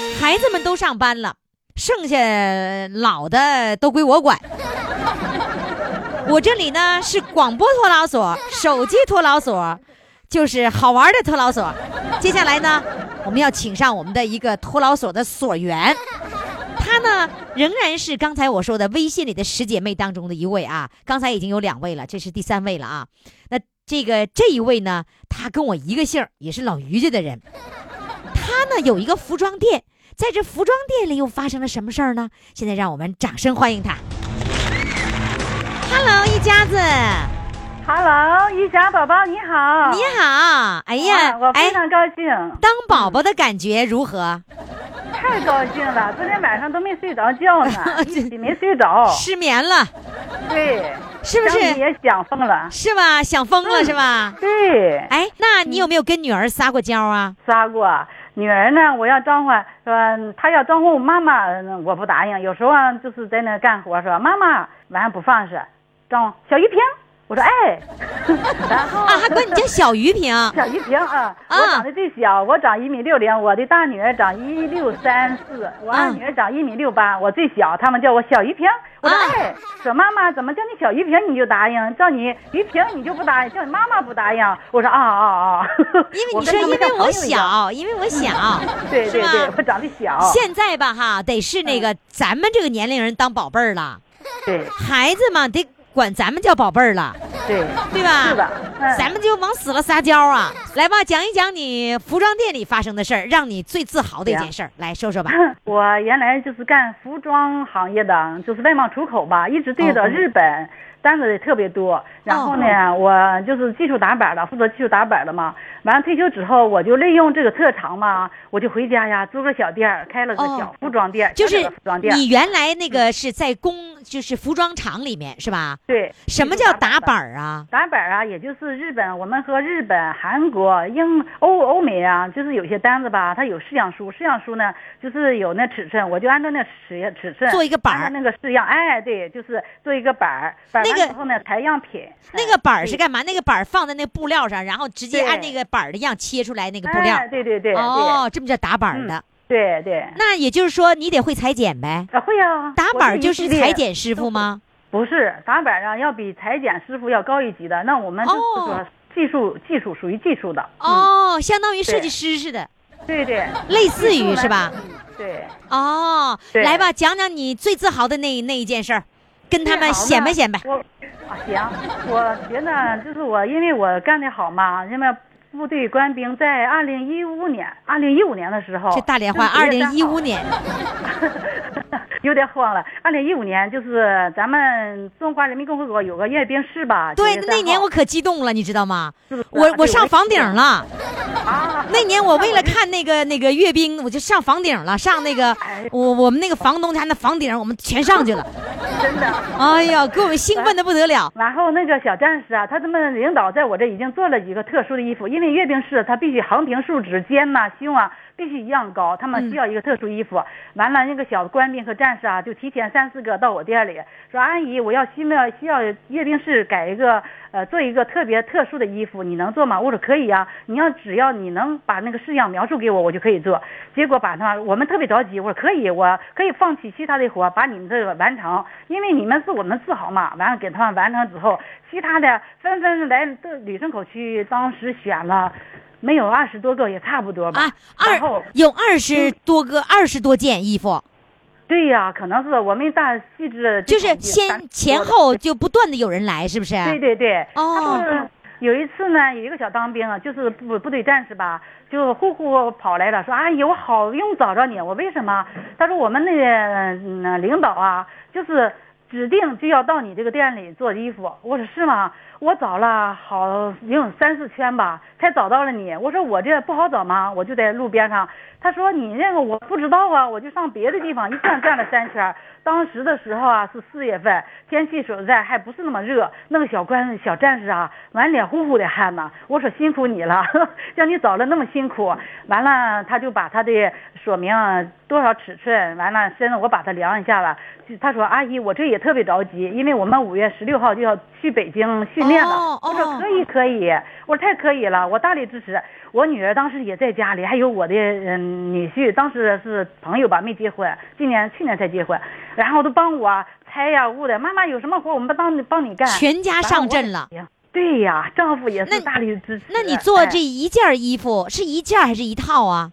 Speaker 3: 孩子们都上班了，剩下老的都归我管。我这里呢是广播托老所、手机托老所，就是好玩的托老所。接下来呢，我们要请上我们的一个托老所的所员，她呢仍然是刚才我说的微信里的十姐妹当中的一位啊。刚才已经有两位了，这是第三位了啊。那这个这一位呢，他跟我一个姓儿，也是老于家的人。他呢有一个服装店，在这服装店里又发生了什么事儿呢？现在让我们掌声欢迎他。Hello，一家子，
Speaker 8: Hello，一霞宝宝你好。
Speaker 3: 你好！哎呀
Speaker 8: 啊，我非
Speaker 3: 哎，
Speaker 8: 常高兴，
Speaker 3: 当宝宝的感觉如何？
Speaker 8: 太高兴
Speaker 3: <laughs>
Speaker 8: 了。昨天晚上都没睡着觉呢，一起没睡着。
Speaker 3: 失眠了
Speaker 8: 对，
Speaker 3: 是不是
Speaker 8: 想你也想
Speaker 3: <laughs>
Speaker 8: 疯了？
Speaker 3: 是吧？想疯
Speaker 8: 嗯
Speaker 3: 了是吧？
Speaker 8: 对，
Speaker 3: 哎，那你有没有跟女儿撒过娇啊？
Speaker 8: 杀过女儿呢，我要装唤，说嗯她要装唤我妈妈，嗯我不答应。有时候啊，就是在那干活，说妈妈，晚上不放是，装小玉萍，我说
Speaker 3: <laughs>
Speaker 8: 哎，然后
Speaker 3: 啊，还管你叫小鱼萍，
Speaker 8: 小玉萍啊，
Speaker 3: 啊
Speaker 8: 我长得最小，我长一米六零，我的大女儿长一六三四，我二
Speaker 3: 嗯
Speaker 8: 女儿长一米六八，我最小，他们叫我小玉萍。我说
Speaker 3: 啊
Speaker 8: 哎，说妈妈怎么叫你小玉萍你就答应，叫你玉萍你就不答应，叫你妈妈不答应。我说啊啊啊，
Speaker 3: 因为
Speaker 8: <laughs> 我
Speaker 3: 你
Speaker 8: 跟
Speaker 3: 说
Speaker 8: 他
Speaker 3: 因为
Speaker 8: 们像
Speaker 3: 我
Speaker 8: 朋友一样，嗯哦
Speaker 3: 小，因为我小，
Speaker 8: 对对
Speaker 3: 是
Speaker 8: 对
Speaker 3: 吗，
Speaker 8: 我长得小，
Speaker 3: 现在吧哈，得是那
Speaker 8: 嗯
Speaker 3: 个咱们这个年龄人当宝贝儿了，
Speaker 8: 对
Speaker 3: 孩子嘛得管咱们叫宝贝儿了，
Speaker 8: 对
Speaker 3: 对吧？
Speaker 8: 是的，嗯
Speaker 3: 咱们就往死了撒娇啊！来吧，讲一讲你服装店里发生的事儿，让你最自豪的一件事儿，来说
Speaker 8: <laughs>
Speaker 3: 说吧。
Speaker 8: 我原来就是干服装行业的，就是外贸出口吧，一直对
Speaker 3: 哦
Speaker 8: 着
Speaker 3: 哦
Speaker 8: 日本，单子也特别多。然后呢，我就是技术打板的，负责技术打板的嘛。完了退休之后，我就利用这个特长嘛，我就回家呀，租个小店儿，开了个
Speaker 3: 哦
Speaker 8: 小服装店，
Speaker 3: 就
Speaker 8: 小
Speaker 3: 是
Speaker 8: 小的服装店。嗯
Speaker 3: 你原来那个是在工，就是服装厂里面是吧？
Speaker 8: 对，
Speaker 3: 什么
Speaker 8: 技
Speaker 3: 叫
Speaker 8: 术
Speaker 3: 打
Speaker 8: 打
Speaker 3: 板
Speaker 8: 板？
Speaker 3: 儿啊？
Speaker 8: 打板啊，也就是日本，我们和日本、韩国、英、欧、欧美啊，就是有些单子吧，它有式样书，式样书呢，就是有那尺寸，我就按照那尺尺寸
Speaker 3: 做一个板儿
Speaker 8: 按照那个式样，哎，对，就是做一个板儿，板
Speaker 3: 那个
Speaker 8: 完之后呢，裁样品，哎
Speaker 3: 那个板儿是
Speaker 8: 对
Speaker 3: 干嘛？那个板儿放在那布料上，然后直接
Speaker 8: 对
Speaker 3: 按那个板儿的样切出来那个布料
Speaker 8: 哎，。对对对，
Speaker 3: 哦，这么叫打板儿
Speaker 8: 嗯
Speaker 3: 的。
Speaker 8: 对对对，
Speaker 3: 那也就是说，你得会裁剪呗。
Speaker 8: 啊会啊，
Speaker 3: 打
Speaker 8: 我
Speaker 3: 板儿
Speaker 8: 一
Speaker 3: 就是
Speaker 8: 系列
Speaker 3: 裁剪师傅吗？
Speaker 8: 不是，打板啊，要比裁剪师傅要高一级的，那我们就是
Speaker 3: 哦
Speaker 8: 说技术技术属于技术的，
Speaker 3: 哦，相当于设
Speaker 8: 对
Speaker 3: 计师似的，
Speaker 8: 对对
Speaker 3: 类似
Speaker 8: 技术
Speaker 3: 于
Speaker 8: 呢
Speaker 3: 是吧？
Speaker 8: 对。
Speaker 3: 哦，
Speaker 8: 对
Speaker 3: 来吧，讲讲你最自豪的那那一件事儿，跟他们
Speaker 8: 最好呢
Speaker 3: 显摆显摆。
Speaker 8: 我啊行，我觉得就是我，因为我干的好嘛，因为部队官兵在二零一五年、二零一五年的时候，
Speaker 3: 这大连话，
Speaker 8: 就是
Speaker 3: 二
Speaker 8: 9月3
Speaker 3: 零
Speaker 8: 号
Speaker 3: 一五年，
Speaker 8: <laughs> 有点慌了。二零一五年就是咱们中华人民共和国有个阅兵式吧？
Speaker 3: 对，
Speaker 8: 9月3号
Speaker 3: 那年我可激动了，你知道吗？
Speaker 8: 是不是
Speaker 3: 我
Speaker 8: 对
Speaker 3: 我上房顶了，
Speaker 8: 啊，
Speaker 3: 那年我为了看那个那个阅兵，我就上房顶了，上那个
Speaker 8: 哎
Speaker 3: 我我们那个房东家那房顶，我们全上去了。
Speaker 8: 真的。
Speaker 3: 哎呀，给我们兴奋的不得了。
Speaker 8: 然后那个小战士啊，他们领导在我这已经做了一个特殊的衣服，因为阅兵式它必须横平竖直，肩呐、胸啊必须一样高，他们需要一个特殊衣服。完了，那个小官兵和战士啊，就提前三四个到我店里说：“阿姨，我要需要需要阅兵式改一个呃，做一个特别特殊的衣服，你能做吗？”我说：“可以啊，你要只要你能把那个式样描述给我，我就可以做。”结果把他我们特别着急，我说：“可以，我可以放弃其他的活，把你们这个完成，因为你们是我们自豪嘛。”完了给他们完成之后，其他的纷纷来这旅顺口区，当时选了没有二十多个，也差不多吧。
Speaker 3: 啊，
Speaker 8: 然后
Speaker 3: 二有二十多个二十多件衣服，
Speaker 8: 对呀、可能是我没大细致，
Speaker 3: 就是先前后就不断的有人来，是不是？
Speaker 8: 对对对，
Speaker 3: 哦
Speaker 8: 他就是有一次呢，有一个小当兵啊，就是部部队战士吧，就呼呼跑来了，说：“阿姨，我好用找着你，我为什么？”他说：“我们那个、嗯、领导啊，就是指定就要到你这个店里做衣服。”我说：“是吗？”我找了好也有三四圈吧，才找到了你。我说我这不好找吗？我就在路边上。他说你那个我不知道啊，我就上别的地方一转转了三圈。当时的时候啊是四月份，天气所在还不是那么热。那个小官小战士啊，满脸呼呼的汗呐。我说辛苦你了， <laughs> 叫你找了那么辛苦。完了他就把他的说明啊多少尺寸，完了身我把他量一下了。就他说阿姨，我这也特别着急，因为我们五月十六号就要去北京训练了。
Speaker 3: 哦
Speaker 8: 我说
Speaker 3: 哦
Speaker 8: 可以可以，我说太可以了，我大力支持。我女儿当时也在家里，还有我的嗯女婿，当时是朋友吧，没结婚，今年去年才结婚，然后都帮我拆呀捂的。妈妈有什么活我们帮你帮你干，
Speaker 3: 全家上阵了。
Speaker 8: 行。对呀，丈夫也
Speaker 3: 那
Speaker 8: 是大力支持。
Speaker 3: 那你做
Speaker 8: 哎
Speaker 3: 这一件衣服是一件还是一套啊？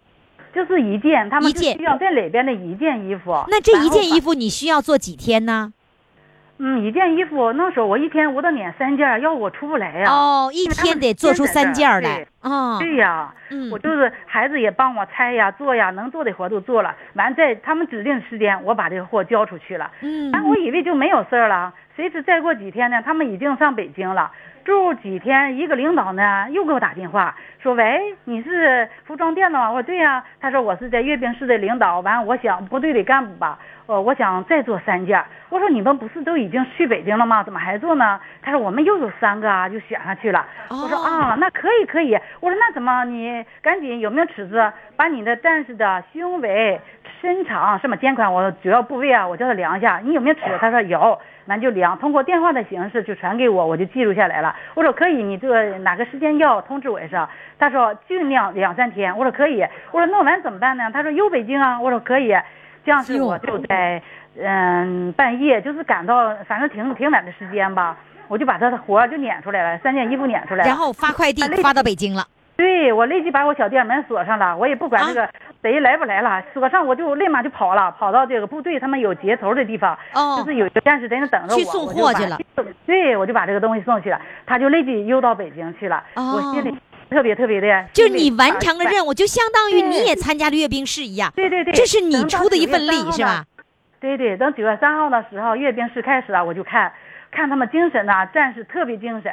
Speaker 8: 就是一件，他们
Speaker 3: 一
Speaker 8: 就
Speaker 3: 件
Speaker 8: 需要在里边的一件衣服。
Speaker 3: 那这一
Speaker 8: 然后
Speaker 3: 件衣
Speaker 8: 把
Speaker 3: 服你需要做几天呢？
Speaker 8: 嗯，一件衣服那时候我一天我得捻三件儿，要我出不来呀、
Speaker 3: 哦，一
Speaker 8: 因为他
Speaker 3: 天
Speaker 8: 们
Speaker 3: 得做出
Speaker 8: 天在
Speaker 3: 三
Speaker 8: 这儿
Speaker 3: 件儿来
Speaker 8: 对
Speaker 3: 啊。
Speaker 8: 对呀、
Speaker 3: 嗯
Speaker 8: 我就是孩子也帮我拆呀、做呀，能做的活都做了。完在他们指定时间，我把这个货交出去了。
Speaker 3: 嗯
Speaker 8: 然后我以为就没有事儿了，谁知再过几天呢，他们已经上北京了。住几天，一个领导呢又给我打电话说：“喂，你是服装店的吗？”我说：“对呀、他说：“我是在阅兵式的领导，完我想部队的干部吧，呃，我想再做三件。”我说：“你们不是都已经去北京了吗？怎么还做呢？”他说：“我们又有三个啊，就选上去了。”我说
Speaker 3: 哦
Speaker 8: 啊，那可以可以。我说那怎么你赶紧有没有尺子，把你的战士的胸围、身长什么肩宽，我主要部位啊，我叫他量一下。你有没有尺子？他说有，咱就量。通过电话的形式就传给我，我就记录下来了。我说可以，你这个哪个时间要通知我一声。他说尽量两三天。我说可以。我说弄完怎么办呢？他说又北京啊。我说可以。这样是我就在嗯半夜，就是赶到反正挺挺晚的时间吧，我就把他的活儿就撵出来了，三件衣服撵出来了。
Speaker 3: 然后发快递发到北京了，
Speaker 8: 对我立即把我小店门锁上了，我也不管这
Speaker 3: 啊
Speaker 8: 个谁来不来了，锁上我就立马就跑了，跑到这个部队他们有截头的地方，
Speaker 3: 哦
Speaker 8: 就是有一个战士在那等着我，
Speaker 3: 去送
Speaker 8: 我就
Speaker 3: 货
Speaker 8: 把
Speaker 3: 去了。
Speaker 8: 对，我就把这个东西送去了，他就立即又到北京去了，
Speaker 3: 哦
Speaker 8: 我心里特别特别的，
Speaker 3: 就
Speaker 8: 心
Speaker 3: 你
Speaker 8: 里
Speaker 3: 完成了
Speaker 8: 啊
Speaker 3: 任务，就相当于你
Speaker 8: 对嗯
Speaker 3: 也参加了阅兵啊式一样。
Speaker 8: 对对对，
Speaker 3: 这是你
Speaker 8: 等到
Speaker 3: 出的一份
Speaker 8: 9月3
Speaker 3: 力
Speaker 8: 号
Speaker 3: 是
Speaker 8: 呢
Speaker 3: 吧？？
Speaker 8: 对对，等九月三号的时候，阅兵式开始了，我就看，看他们精神呐、战士特别精神。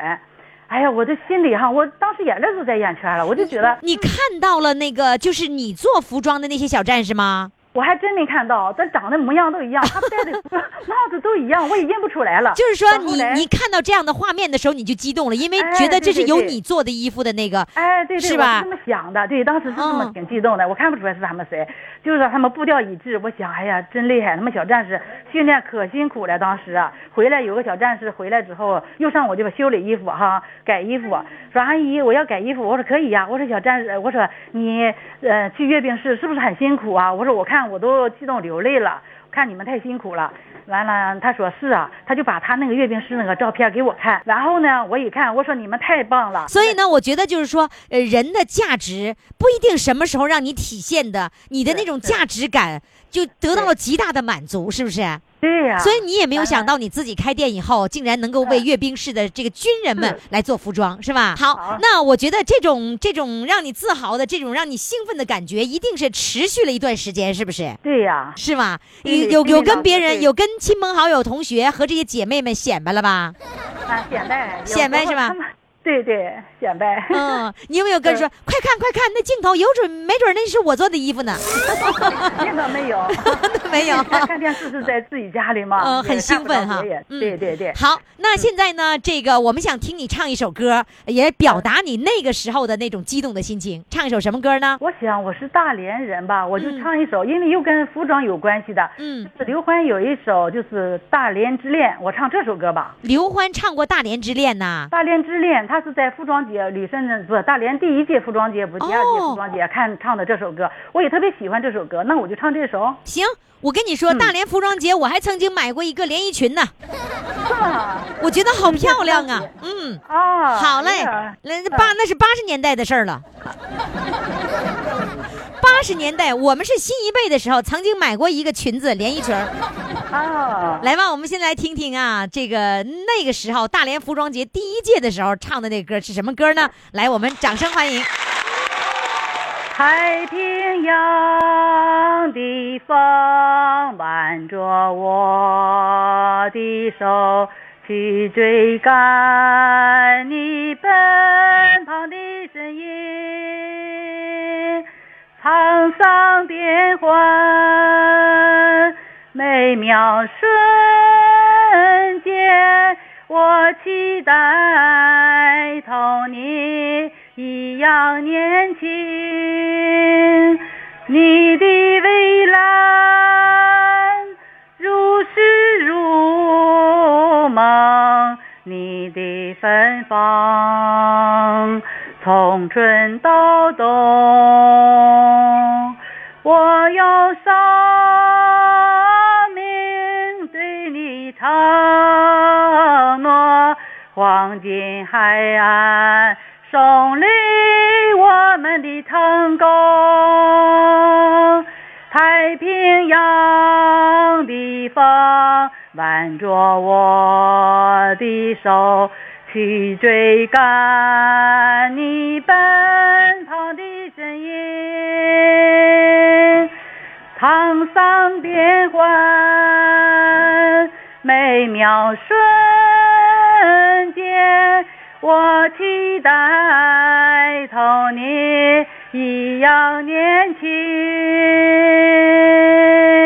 Speaker 8: 哎呀，我这心里哈，我当时眼泪都在眼圈了，我就觉得
Speaker 3: 你看到了那个就是你做服装的那些小战士吗？
Speaker 8: 我还真没看到，咱长得模样都一样，他戴的 <laughs> 服帽子都一样，我也认不出来了。
Speaker 3: <laughs> 就是说
Speaker 8: 然后
Speaker 3: 你
Speaker 8: 嘞
Speaker 3: 你看到这样的画面的时候，你就激动了，因为
Speaker 8: 哎
Speaker 3: 觉得这
Speaker 8: 对
Speaker 3: 是
Speaker 8: 对
Speaker 3: 有
Speaker 8: 对
Speaker 3: 你做的衣服的那个，
Speaker 8: 哎，对对，
Speaker 3: 是
Speaker 8: 我
Speaker 3: 吧
Speaker 8: 这么想的，对，当时是这么
Speaker 3: 嗯
Speaker 8: 挺激动的，我看不出来是他们谁，就是他们步调一致，我想，哎呀，真厉害，他们小战士训练可辛苦了，当时啊，回来有个小战士回来之后，又上我这边修理衣服哈，改衣服，
Speaker 3: 嗯
Speaker 8: 说阿姨我要改衣服，我说可以呀、我说小战士，我说你呃去阅兵式是不是很辛苦啊？我说我看我都激动流泪了。看你们太辛苦了。完了，他说是啊，他就把他那个阅兵式那个照片给我看，然后呢，我一看，我说你们太棒了，
Speaker 3: 所以呢，我觉得就是说，呃，人的价值不一定什么时候让你体现的，你的那种价值感就得到了极大的满足，是不是？
Speaker 8: 对呀、
Speaker 3: 所以你也没有
Speaker 8: 当
Speaker 3: 想到，你自己开店以后，竟然能够为阅兵式的这个军人们来做服装，是吧？好
Speaker 8: 好，
Speaker 3: 那我觉得这种这种让你自豪的、这种让你兴奋的感觉，一定是持续了一段时间，是不是？
Speaker 8: 对呀、
Speaker 3: 是吧？有
Speaker 8: 对
Speaker 3: 有
Speaker 8: 对
Speaker 3: 有跟别
Speaker 8: 老师
Speaker 3: 人，
Speaker 8: 对
Speaker 3: 有跟亲朋好友、同学和这些姐妹们显摆了吧？
Speaker 8: 啊，
Speaker 3: <laughs>
Speaker 8: 显摆，有
Speaker 3: 显摆是吧
Speaker 8: 时候他们？对对，显摆。
Speaker 5: <laughs>
Speaker 8: <laughs>
Speaker 3: 嗯，你有没有跟人说？快看，快看，那镜头有准，没准那是我做的衣服呢。，
Speaker 8: 那倒没有
Speaker 3: <laughs> 没有
Speaker 8: 看看电视是在自己家里嘛，
Speaker 3: 嗯，
Speaker 8: 也
Speaker 3: 很兴
Speaker 8: 看不到
Speaker 3: 奋哈
Speaker 8: 别人。
Speaker 3: 嗯
Speaker 8: 对对对，
Speaker 3: 好，那现在呢？这个我们想听你唱一首歌，也表达你那个时候的那种激动的心情。唱一首什么歌呢？
Speaker 8: 我想我是大连人吧，我就
Speaker 3: 嗯
Speaker 8: 唱一首，因为又跟服装有关系的。
Speaker 3: 嗯，
Speaker 8: 刘欢有一首就是《大连之恋》，我唱这首歌吧。
Speaker 3: 刘欢唱过《大连之恋》呐。
Speaker 8: 大连之恋，他是在服装节旅顺的，不是大连第一届服装节，不是第二届
Speaker 3: 哦
Speaker 8: 服装节、看唱的这首歌，我也特别喜欢这首歌，那我就唱这首。
Speaker 3: 行，我跟你说，
Speaker 8: 嗯
Speaker 3: 大连服装节我还曾经买过一个连衣裙呢，我觉得好漂亮啊。嗯，
Speaker 8: 啊，
Speaker 3: 好嗯嘞
Speaker 8: 哎呀，
Speaker 3: 那那八那是八十年代的事儿了。 <laughs> 八十年代，我们是新一辈的时候，曾经买过一个裙子，连衣裙儿。
Speaker 8: 啊，
Speaker 3: 来吧，我们先来听听啊，这个那个时候大连服装节第一届的时候唱的那歌是什么歌呢？来，我们掌声欢迎。
Speaker 8: 太平洋的风挽着我的手，去追赶你奔跑的身影。沧桑变幻，每秒瞬间，我期待同你一样年轻。你的蔚蓝如诗如梦，你的芬芳从春到冬。我用生命对你承诺，黄金海岸送礼我们的成功。太平洋的
Speaker 9: 风挽着我的手，去追赶你奔跑的身影。沧桑变幻，每秒瞬间，我期待同你一样年轻。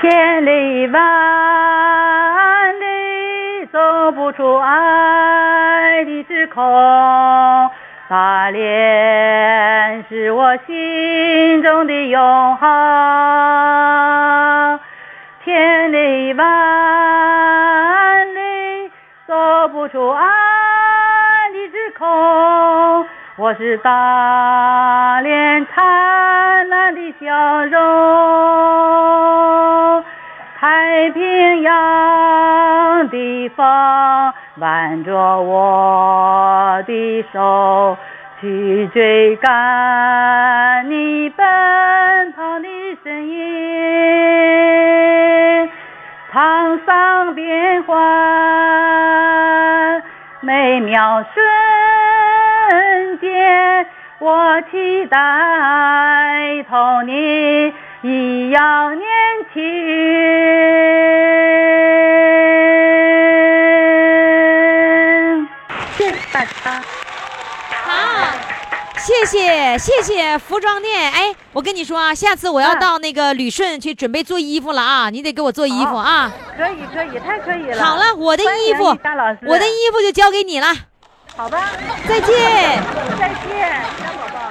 Speaker 9: 千里万里走不出爱的时空，大连是我心中的永恒。千里万里走不出爱的时空，我是大连灿烂的笑容。太平洋的风挽着我的手，去追赶你奔跑的身影。沧桑变幻，每秒瞬间，我期待同你一样年轻。
Speaker 10: 谢谢大家。
Speaker 3: 好，谢谢谢谢服装店。哎，我跟你说啊，下次我要到那个旅顺去准备做衣服了啊，你得给我做衣服啊。
Speaker 9: 可以可以，太可以了。
Speaker 3: 好了，我的
Speaker 9: 欢
Speaker 3: 衣
Speaker 9: 迎
Speaker 3: 服，
Speaker 9: 一丹老师
Speaker 3: 我的衣服就交给你了，
Speaker 9: 好吧，
Speaker 3: 再见。
Speaker 9: 再见，小宝宝。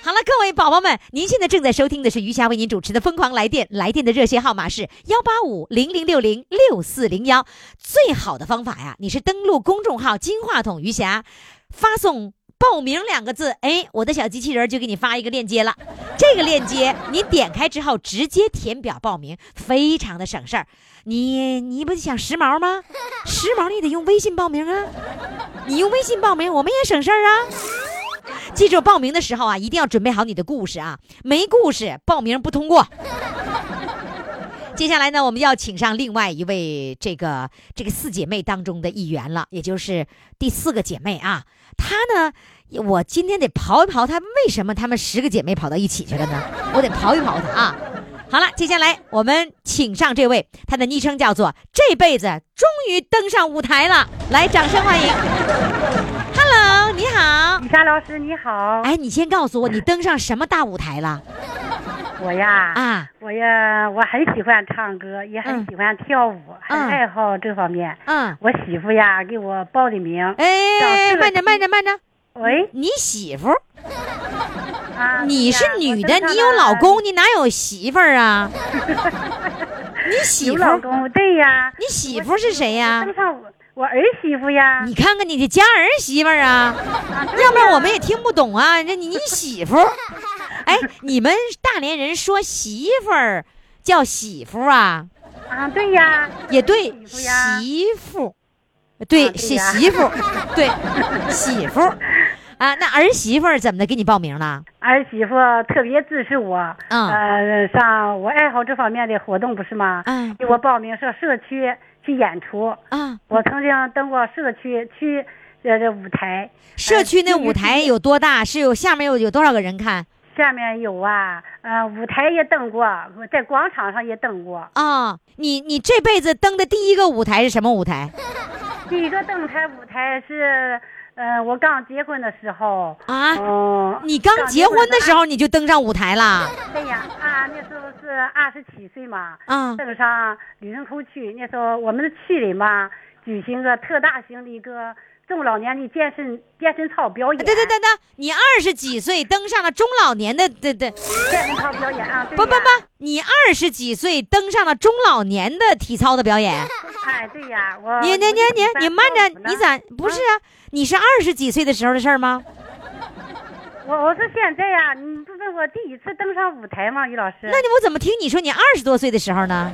Speaker 3: 好了，各位宝宝们，您现在正在收听的是余霞为您主持的《疯狂来电》，来电的热线号码是幺八五零零六零六四零幺。最好的方法呀，你是登录公众号“金话筒余霞”，发送“报名”两个字，哎，我的小机器人就给你发一个链接了。这个链接你点开之后，直接填表报名，非常的省事儿。你你不想时髦吗？时髦你得用微信报名啊，你用微信报名，我们也省事儿啊。记住，报名的时候啊，一定要准备好你的故事啊，没故事报名不通过。 <laughs> 接下来呢，我们要请上另外一位这个这个四姐妹当中的一员了，也就是第四个姐妹啊。她呢，我今天得刨一刨她为什么她们十个姐妹跑到一起去了呢？我得刨一刨她啊。好了，接下来我们请上这位，她的昵称叫做“这辈子终于登上舞台了”，来，掌声欢迎。Hello，你好。
Speaker 9: 雨霞老师你好，
Speaker 3: 哎，你先告诉我，你登上什么大舞台了
Speaker 9: 我呀，
Speaker 3: 啊？
Speaker 9: 我呀，我很喜欢唱歌，也
Speaker 3: 嗯
Speaker 9: 很喜欢跳舞，很
Speaker 3: 嗯
Speaker 9: 爱好这方面。
Speaker 3: 嗯，
Speaker 9: 我媳妇呀给我报的名，
Speaker 3: 哎，
Speaker 9: 这个
Speaker 3: 慢着，慢着，慢着，
Speaker 9: 喂
Speaker 3: 你媳妇儿，
Speaker 9: 啊，
Speaker 3: 你是
Speaker 9: 对呀
Speaker 3: 女的，
Speaker 9: 我登上
Speaker 3: 你有
Speaker 9: 了
Speaker 3: 老公，你哪有媳妇儿
Speaker 9: <laughs>
Speaker 3: 啊？你媳
Speaker 9: 有
Speaker 3: 妇
Speaker 9: 老
Speaker 3: 儿，
Speaker 9: 公，对呀，
Speaker 3: 你媳妇儿是谁呀、
Speaker 9: 登上我我儿媳妇呀，
Speaker 3: 你看看你的家儿媳妇儿
Speaker 9: <laughs>
Speaker 3: 啊，要不然我们也听不懂啊。这你你媳妇
Speaker 9: <laughs>
Speaker 3: 儿，哎，你们大连人说媳妇儿叫媳妇儿啊？
Speaker 9: 啊，对呀，
Speaker 3: 也对，
Speaker 9: 媳妇呀
Speaker 3: 媳妇，对，
Speaker 9: 啊对
Speaker 3: 是
Speaker 9: 呀
Speaker 3: 媳妇，对，媳妇啊。那儿媳妇儿怎么的给你报名了？
Speaker 9: 儿媳妇特别支持我，
Speaker 3: 嗯
Speaker 9: 呃，上我爱好这方面的活动不是吗？
Speaker 3: 嗯
Speaker 9: 给我报名上社区去演出，
Speaker 3: 啊，
Speaker 9: 我曾经登过社区去呃这舞台，
Speaker 3: 社区那舞台有多大？是有下面有有多少个人看
Speaker 9: 下面有啊，呃，舞台也登过，在广场上也登过。
Speaker 3: 啊？你你这辈子登的第一个舞台是什么舞台
Speaker 9: 第一个登台舞台是，呃，我刚结婚的时候，
Speaker 3: 啊？
Speaker 9: 嗯，
Speaker 3: 你刚结婚的时候你就登上舞台啦？
Speaker 9: 对呀，啊，那时候是二十七岁嘛，
Speaker 3: 啊
Speaker 9: 登上旅顺口区，那时候我们是区里嘛，
Speaker 11: 举行个特大型的一个中老年的健身健身操表演。
Speaker 3: 对对对对，你二十几岁登上了中老年的，对对，
Speaker 11: 健身操表演啊！对
Speaker 3: 不不
Speaker 11: 呀，
Speaker 3: 不，你二十几岁登上了中老年的体操的表演。
Speaker 11: 哎，对呀，我
Speaker 3: 你你你你你慢着，你
Speaker 11: 咋？
Speaker 3: 咋不是啊？你是二十几岁的时候的事儿吗？
Speaker 11: 我我是现在呀、你不是我第一次登上舞台吗？于老师
Speaker 3: 那你我怎么听你说你二十多岁的时候呢？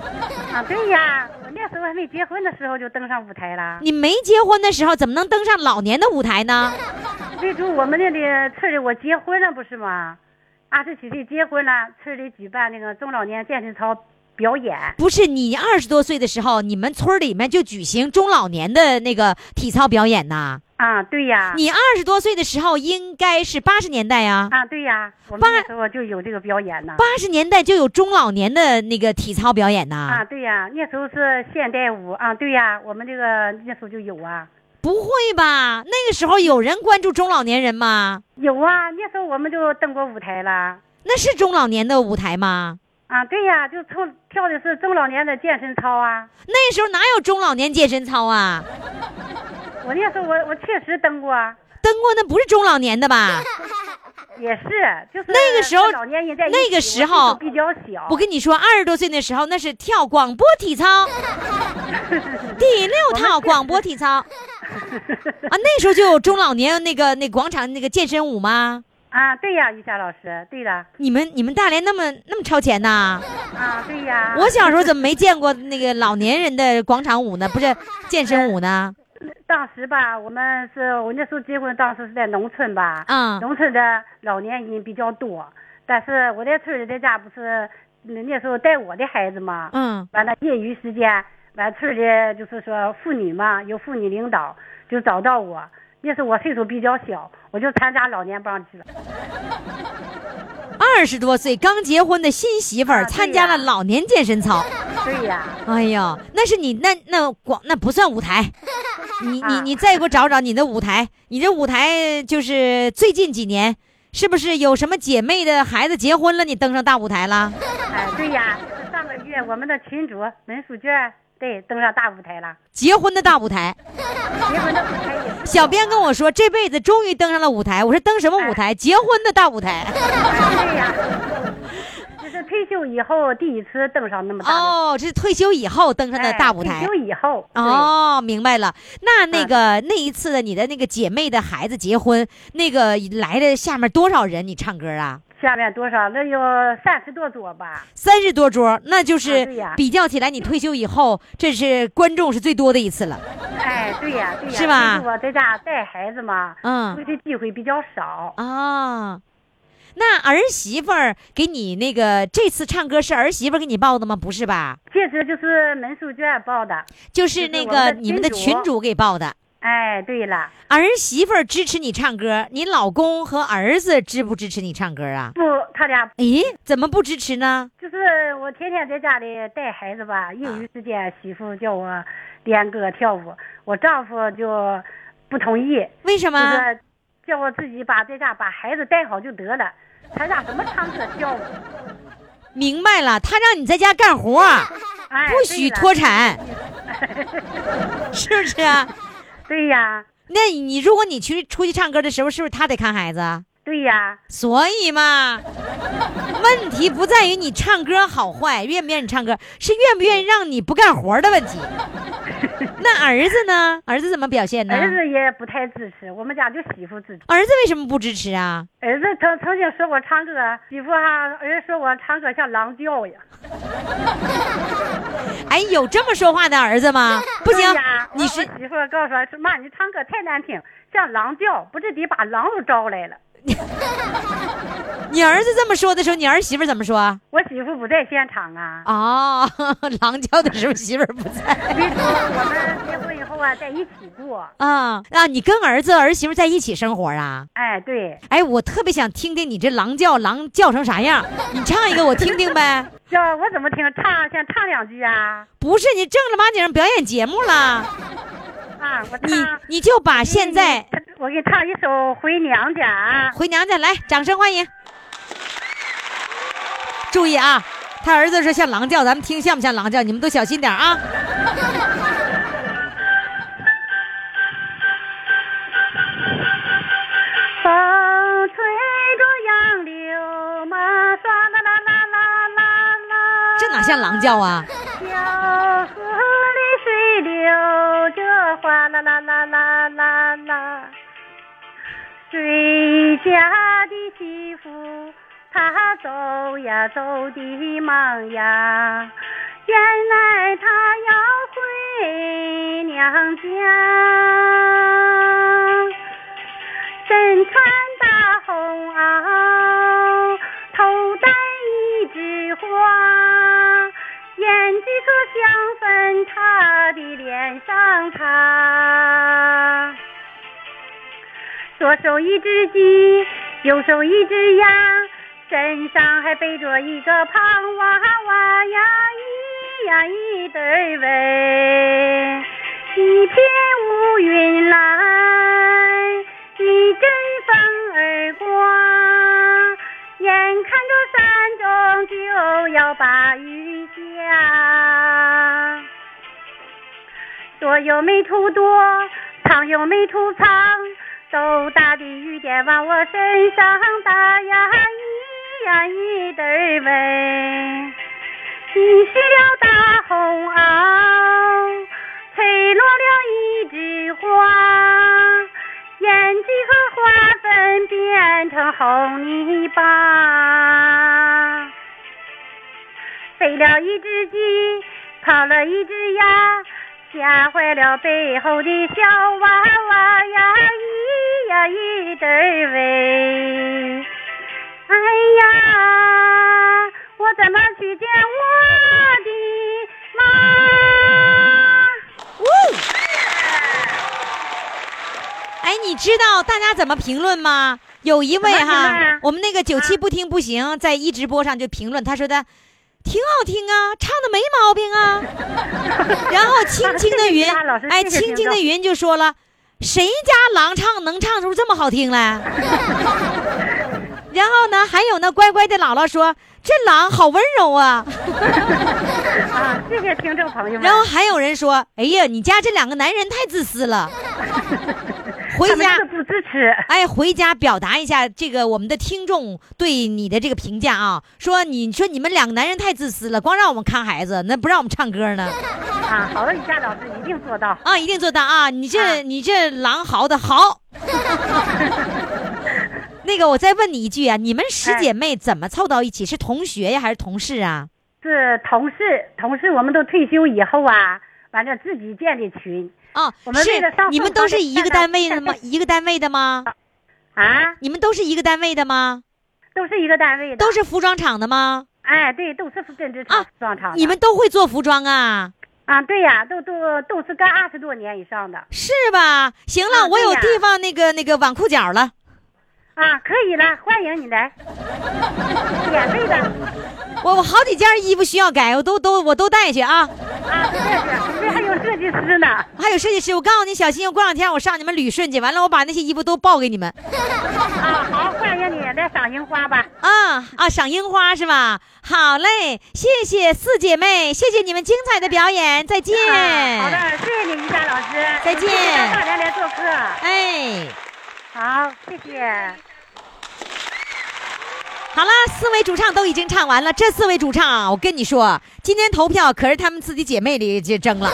Speaker 11: 啊，对呀，我那时候还没结婚的时候就登上舞台了。
Speaker 3: 你没结婚的时候怎么能登上老年的舞台呢？
Speaker 11: 最初我们那里村里我结婚了不是吗？二十几岁结婚了，村里举办那个中老年健身操表演。
Speaker 3: 不是你二十多岁的时候，你们村儿里面就举行中老年的那个体操表演呐？
Speaker 11: 啊，对呀，
Speaker 3: 你二十多岁的时候应该是八十年代呀、
Speaker 11: 啊，对呀，我们
Speaker 3: 爸
Speaker 11: 那时候就有这个表演呢。
Speaker 3: 八十年代就有中老年的那个体操表演呐、
Speaker 11: 啊，对呀，那时候是现代舞啊，对呀，我们这个那时候就有啊，
Speaker 3: 不会吧？那个时候有人关注中老年人吗？
Speaker 11: 有啊，那时候我们就登过舞台了。
Speaker 3: 那是中老年的舞台吗？
Speaker 11: 啊，对呀，就跳跳的是中老年的健身操啊。
Speaker 3: 那时候哪有中老年健身操啊？
Speaker 11: 我那时候我我确实登过啊，
Speaker 3: 登过那不是中老年的
Speaker 11: <laughs>
Speaker 3: 吧？
Speaker 11: 也是，就是
Speaker 3: 那个时候
Speaker 11: 和老年人在一起
Speaker 3: 那个时候
Speaker 11: 我岁数比较小。
Speaker 3: 我跟你说，二十多岁那时候那是跳广播体操，第六套广播体操啊，那时候就有中老年那个那广场那个健身舞吗？
Speaker 11: <laughs> 啊，对呀，于霞老师，对了，
Speaker 3: 你们你们大连那么那么超前呐、
Speaker 11: 啊，对呀，
Speaker 3: 我小时候怎么没见过那个老年人的广场舞呢？不是健身舞呢？
Speaker 11: 当时吧，我们是我那时候结婚，当时是在农村吧，
Speaker 3: 嗯
Speaker 11: 农村的老年人比较多，但是我在村里在家不是那那时候带我的孩子嘛，
Speaker 3: 嗯，
Speaker 11: 完了业余时间，完村儿里就是说妇女嘛，有妇女领导就找到我，那时候我岁数比较小，我就参加老年帮去了。
Speaker 3: 二十多岁刚结婚的新媳妇儿
Speaker 11: 啊对呀
Speaker 3: 参加了老年健身操。
Speaker 11: 对呀，
Speaker 3: 哎呦，那是你那那广那不算舞台，你你
Speaker 11: 啊
Speaker 3: 你再给我找找你的舞台，你这舞台就是最近几年是不是有什么姐妹的孩子结婚了，你登上大舞台了？
Speaker 11: 哎，对呀，就是上个月我们的群主文淑娟对登上大舞
Speaker 3: <laughs>
Speaker 11: 台了，
Speaker 3: 结婚的大舞台，
Speaker 11: 结婚的舞台也是
Speaker 3: 小编跟我说这辈子终于登上了舞台，我说登什么舞台？结婚的大舞台。
Speaker 11: 啊对呀，就是退休以后第一次登上那么大的
Speaker 3: 哦，这是退休以后登上的大舞
Speaker 11: 哎
Speaker 3: 台
Speaker 11: 退休。以后，
Speaker 3: 哦，明白了。那那
Speaker 11: 啊
Speaker 3: 个、那一次的你的那个姐妹的孩子结婚，那个来的下面多少人？你唱歌啊？
Speaker 11: 对下面多少？那有三十多桌吧？
Speaker 3: 三十多桌，那就
Speaker 11: 啊
Speaker 3: 是
Speaker 11: 对呀
Speaker 3: 比较起来，你退休以后，这是观众是最多的一次了。
Speaker 11: 哎，对呀，对呀，
Speaker 3: 是吧
Speaker 11: 就是我在家带孩子嘛，
Speaker 3: 嗯
Speaker 11: 出去机会比较少。
Speaker 3: 啊，那儿媳妇儿给你那个这次唱歌是儿媳妇儿给你报的吗？不是吧？
Speaker 11: 戒指就是门淑娟报的。
Speaker 3: 就是那个
Speaker 11: 就是我们的
Speaker 3: 你们的
Speaker 11: 群
Speaker 3: 群
Speaker 11: 主啊
Speaker 3: 主给报的。
Speaker 11: 哎，对了，
Speaker 3: 儿媳妇儿支持你唱歌，你老公和儿子支不支持你唱歌啊？
Speaker 11: 不，他俩
Speaker 3: 咦，怎么不支持呢？
Speaker 11: 就是我天天在家里带孩子吧，业余时间媳妇叫我练歌跳舞，我丈夫就不同意，
Speaker 3: 为什
Speaker 11: 就
Speaker 3: 么？
Speaker 11: 是叫我自己把在家把孩子带好就得了，他俩什么唱歌跳舞，
Speaker 3: 明白了，他让你在家干活儿，
Speaker 11: <laughs> 哎，
Speaker 3: 不许
Speaker 11: 对了
Speaker 3: 脱产，
Speaker 11: <laughs>
Speaker 3: 是不是啊？
Speaker 11: 对呀，
Speaker 3: 那你如果你去出去唱歌的时候，是不是他得看孩子啊？
Speaker 11: 对呀，
Speaker 3: 所以嘛，问题不在于你唱歌好坏，愿不愿意唱歌，是愿不愿意让你不干活的
Speaker 11: <laughs>
Speaker 3: 问题。那儿子呢？儿子怎么表现呢？
Speaker 11: 儿子也不太支持，我们家就媳妇支持。
Speaker 3: 儿子为什么不支持啊？
Speaker 11: 儿子曾曾经说我唱歌，媳妇哈、儿子说我唱歌像狼叫呀。
Speaker 3: 哎，有这么说话的儿子
Speaker 11: <laughs>
Speaker 3: 吗？不行
Speaker 11: 对呀，我
Speaker 3: 你是
Speaker 11: 我媳妇告诉我说妈，你唱歌太难听，像狼叫，不是得把狼都招来了。
Speaker 3: 你儿子这么说的时候，你儿媳妇怎么说？
Speaker 11: 我媳妇不在现场啊，
Speaker 3: 哦， <laughs> 狼叫的时候媳妇儿不在
Speaker 11: 所以说我们结婚以后啊，在一起过。
Speaker 3: 啊啊！你跟儿子儿媳妇在一起生活啊？
Speaker 11: 哎，对，
Speaker 3: 哎，我特别想听听你这狼叫，狼叫成啥样？你唱一个我听听呗。 <laughs>
Speaker 11: 叫我怎么听唱，先唱两句啊
Speaker 3: 不是你正儿八经表演节目了，
Speaker 11: 啊，我
Speaker 3: 你
Speaker 11: 唱。
Speaker 3: 你就把现在
Speaker 11: 我给你唱一首《回娘家》啊。
Speaker 3: 回娘家来，掌声欢迎。注意啊，他儿子说像狼叫，咱们听像不像狼叫？你们都小心点啊。像狼叫啊？
Speaker 12: 小河里水流着，哗啦啦啦啦啦啦。谁家的媳妇，她走呀走的忙呀，原来她要回娘家。身穿大红袄，头戴一枝花，胭脂和香粉擦的脸上擦。左手一只鸡，右手一只鸭，身上还背着一个胖娃娃呀，咿呀咿得儿喂，一片乌云来，一阵风儿刮，眼看着山中就要把雨下。左右没出多，旁又没出苍，豆大的雨点往我身上打呀，咿呀咿得儿喂。你湿了大红袄，吹落了一枝花，胭脂和花粉变成红泥巴。飞了一只鸡，跑了一只鸭，吓坏了背后的小娃娃呀，咿呀咿得儿喂，哎呀，我怎么去见我的妈？
Speaker 3: 哎，你知道大家怎么评论吗？有一位
Speaker 12: 怎么评论
Speaker 3: 哈
Speaker 12: 啊，
Speaker 3: 我们那个九七不听不行，在一直播上就评论，他说的挺好听啊，唱的没毛病
Speaker 12: <laughs>
Speaker 3: 啊。 <laughs> 然后青青的云
Speaker 12: 谢谢啊大老师，
Speaker 3: 哎，
Speaker 12: 谢谢
Speaker 3: 青青
Speaker 12: 评
Speaker 3: 的
Speaker 12: 论
Speaker 3: 云就说了，谁家狼唱能唱出这么好听
Speaker 12: <laughs>
Speaker 3: 来？然后呢，还有呢，乖乖的姥姥说这狼好温柔啊。
Speaker 12: 啊，谢谢听众朋友们
Speaker 3: 然后。还有人说，哎呀，你家这两个男人太自私
Speaker 12: <laughs>
Speaker 3: 了，回
Speaker 12: 他们
Speaker 3: 家
Speaker 12: 是不支持，
Speaker 3: 哎，回家表达一下这个我们的听众对你的这个评价啊，说你说你们两个男人太自私了，光让我们看孩子，那不让我们唱歌
Speaker 12: <laughs>
Speaker 3: 呢
Speaker 12: 啊，好了，雨佳老师一定做到。
Speaker 3: 啊，一定做到啊！你这、你这狼嚎的
Speaker 12: <laughs>
Speaker 3: 好。那个，我再问你一句啊，你们十姐妹怎么凑到一起？是同学呀，还是同事啊？
Speaker 12: 是同事，同事我们都退休以后啊，完了自己建的群
Speaker 3: 啊，
Speaker 12: 我们为了
Speaker 3: 是
Speaker 12: 上
Speaker 3: 你们
Speaker 12: 凤
Speaker 3: 都
Speaker 12: 凰
Speaker 3: 是
Speaker 12: 卫
Speaker 3: 一
Speaker 12: 视
Speaker 3: 个
Speaker 12: 呢
Speaker 3: 单位的吗？一个单位的吗？
Speaker 12: 啊，
Speaker 3: 你们都是一个单位的吗？
Speaker 12: 都是一个单位的，
Speaker 3: 都是服装厂的吗？
Speaker 12: 哎，对，都是针织厂、
Speaker 3: 啊
Speaker 12: 服装厂的。
Speaker 3: 你们都会做服装啊？
Speaker 12: 啊，对呀、都都都是干二十多年以上的
Speaker 3: 是吧？行了，
Speaker 12: 啊
Speaker 3: 我
Speaker 12: 对
Speaker 3: 有
Speaker 12: 呀
Speaker 3: 地方那个那个挽裤脚了。
Speaker 12: 啊，可以了，欢迎你来， <laughs> 免费的
Speaker 3: 我我好几件衣服需要改，我都都我都带去啊。
Speaker 12: 啊，不认识，这还有设计师呢，
Speaker 3: 还有设计师，我告诉你，小心，我过两天我上你们旅顺去，完了我把那些衣服都报给你们
Speaker 12: 啊，好，欢迎你来赏樱花吧，
Speaker 3: 啊啊！赏樱花是吧？好嘞，谢谢四姐妹，谢谢你们精彩的表演，再见。
Speaker 12: 啊，好的，谢谢你，于佳老师，
Speaker 3: 再见
Speaker 12: 谢谢大家来做客，
Speaker 3: 哎，
Speaker 12: 好，谢谢。
Speaker 3: 好了，四位主唱都已经唱完了，这四位主唱啊，我跟你说，今天投票可是她们自己姐妹里就争了。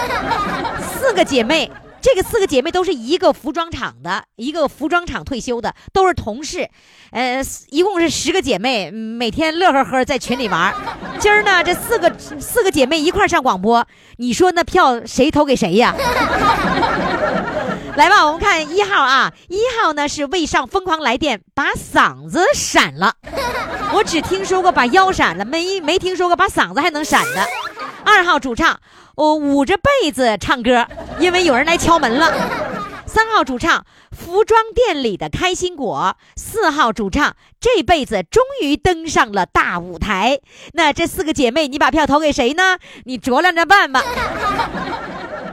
Speaker 3: 四个姐妹，这个四个姐妹都是一个服装厂的，一个服装厂退休的，都是同事，呃，一共是十个姐妹，嗯每天乐呵呵在群里玩儿。今儿呢，这四个四个姐妹一块儿上广播，你说那票谁投给谁呀？来吧，我们看一号啊，一号呢是未上疯狂来电，把嗓子闪了。我只听说过把腰闪了，没没听说过把嗓子还能闪的。二号主唱，我捂着被子唱歌，因为有人来敲门了。三号主唱，服装店里的开心果。四号主唱，这辈子终于登上了大舞台。那这四个姐妹，你把票投给谁呢？你酌量着办吧。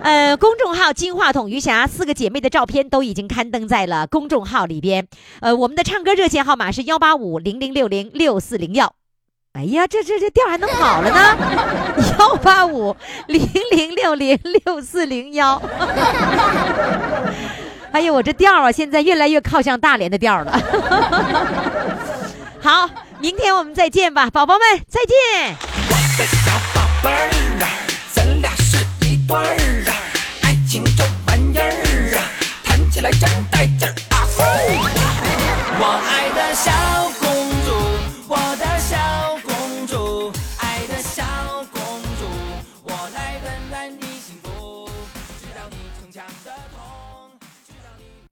Speaker 3: 呃，公众号“金话筒余霞”四个姐妹的照片都已经刊登在了公众号里边。呃，我们的唱歌热线号码是幺八五零零六零六四零幺。哎呀，这这这调还能跑了呢？幺八五零零六零六四零幺。哎呀，我这调啊，现在越来越靠向大连的调了。 <laughs> 好，明天我们再见吧，宝宝们，再见。
Speaker 13: 小宝
Speaker 4: 分儿，咱俩是一对儿。啊啊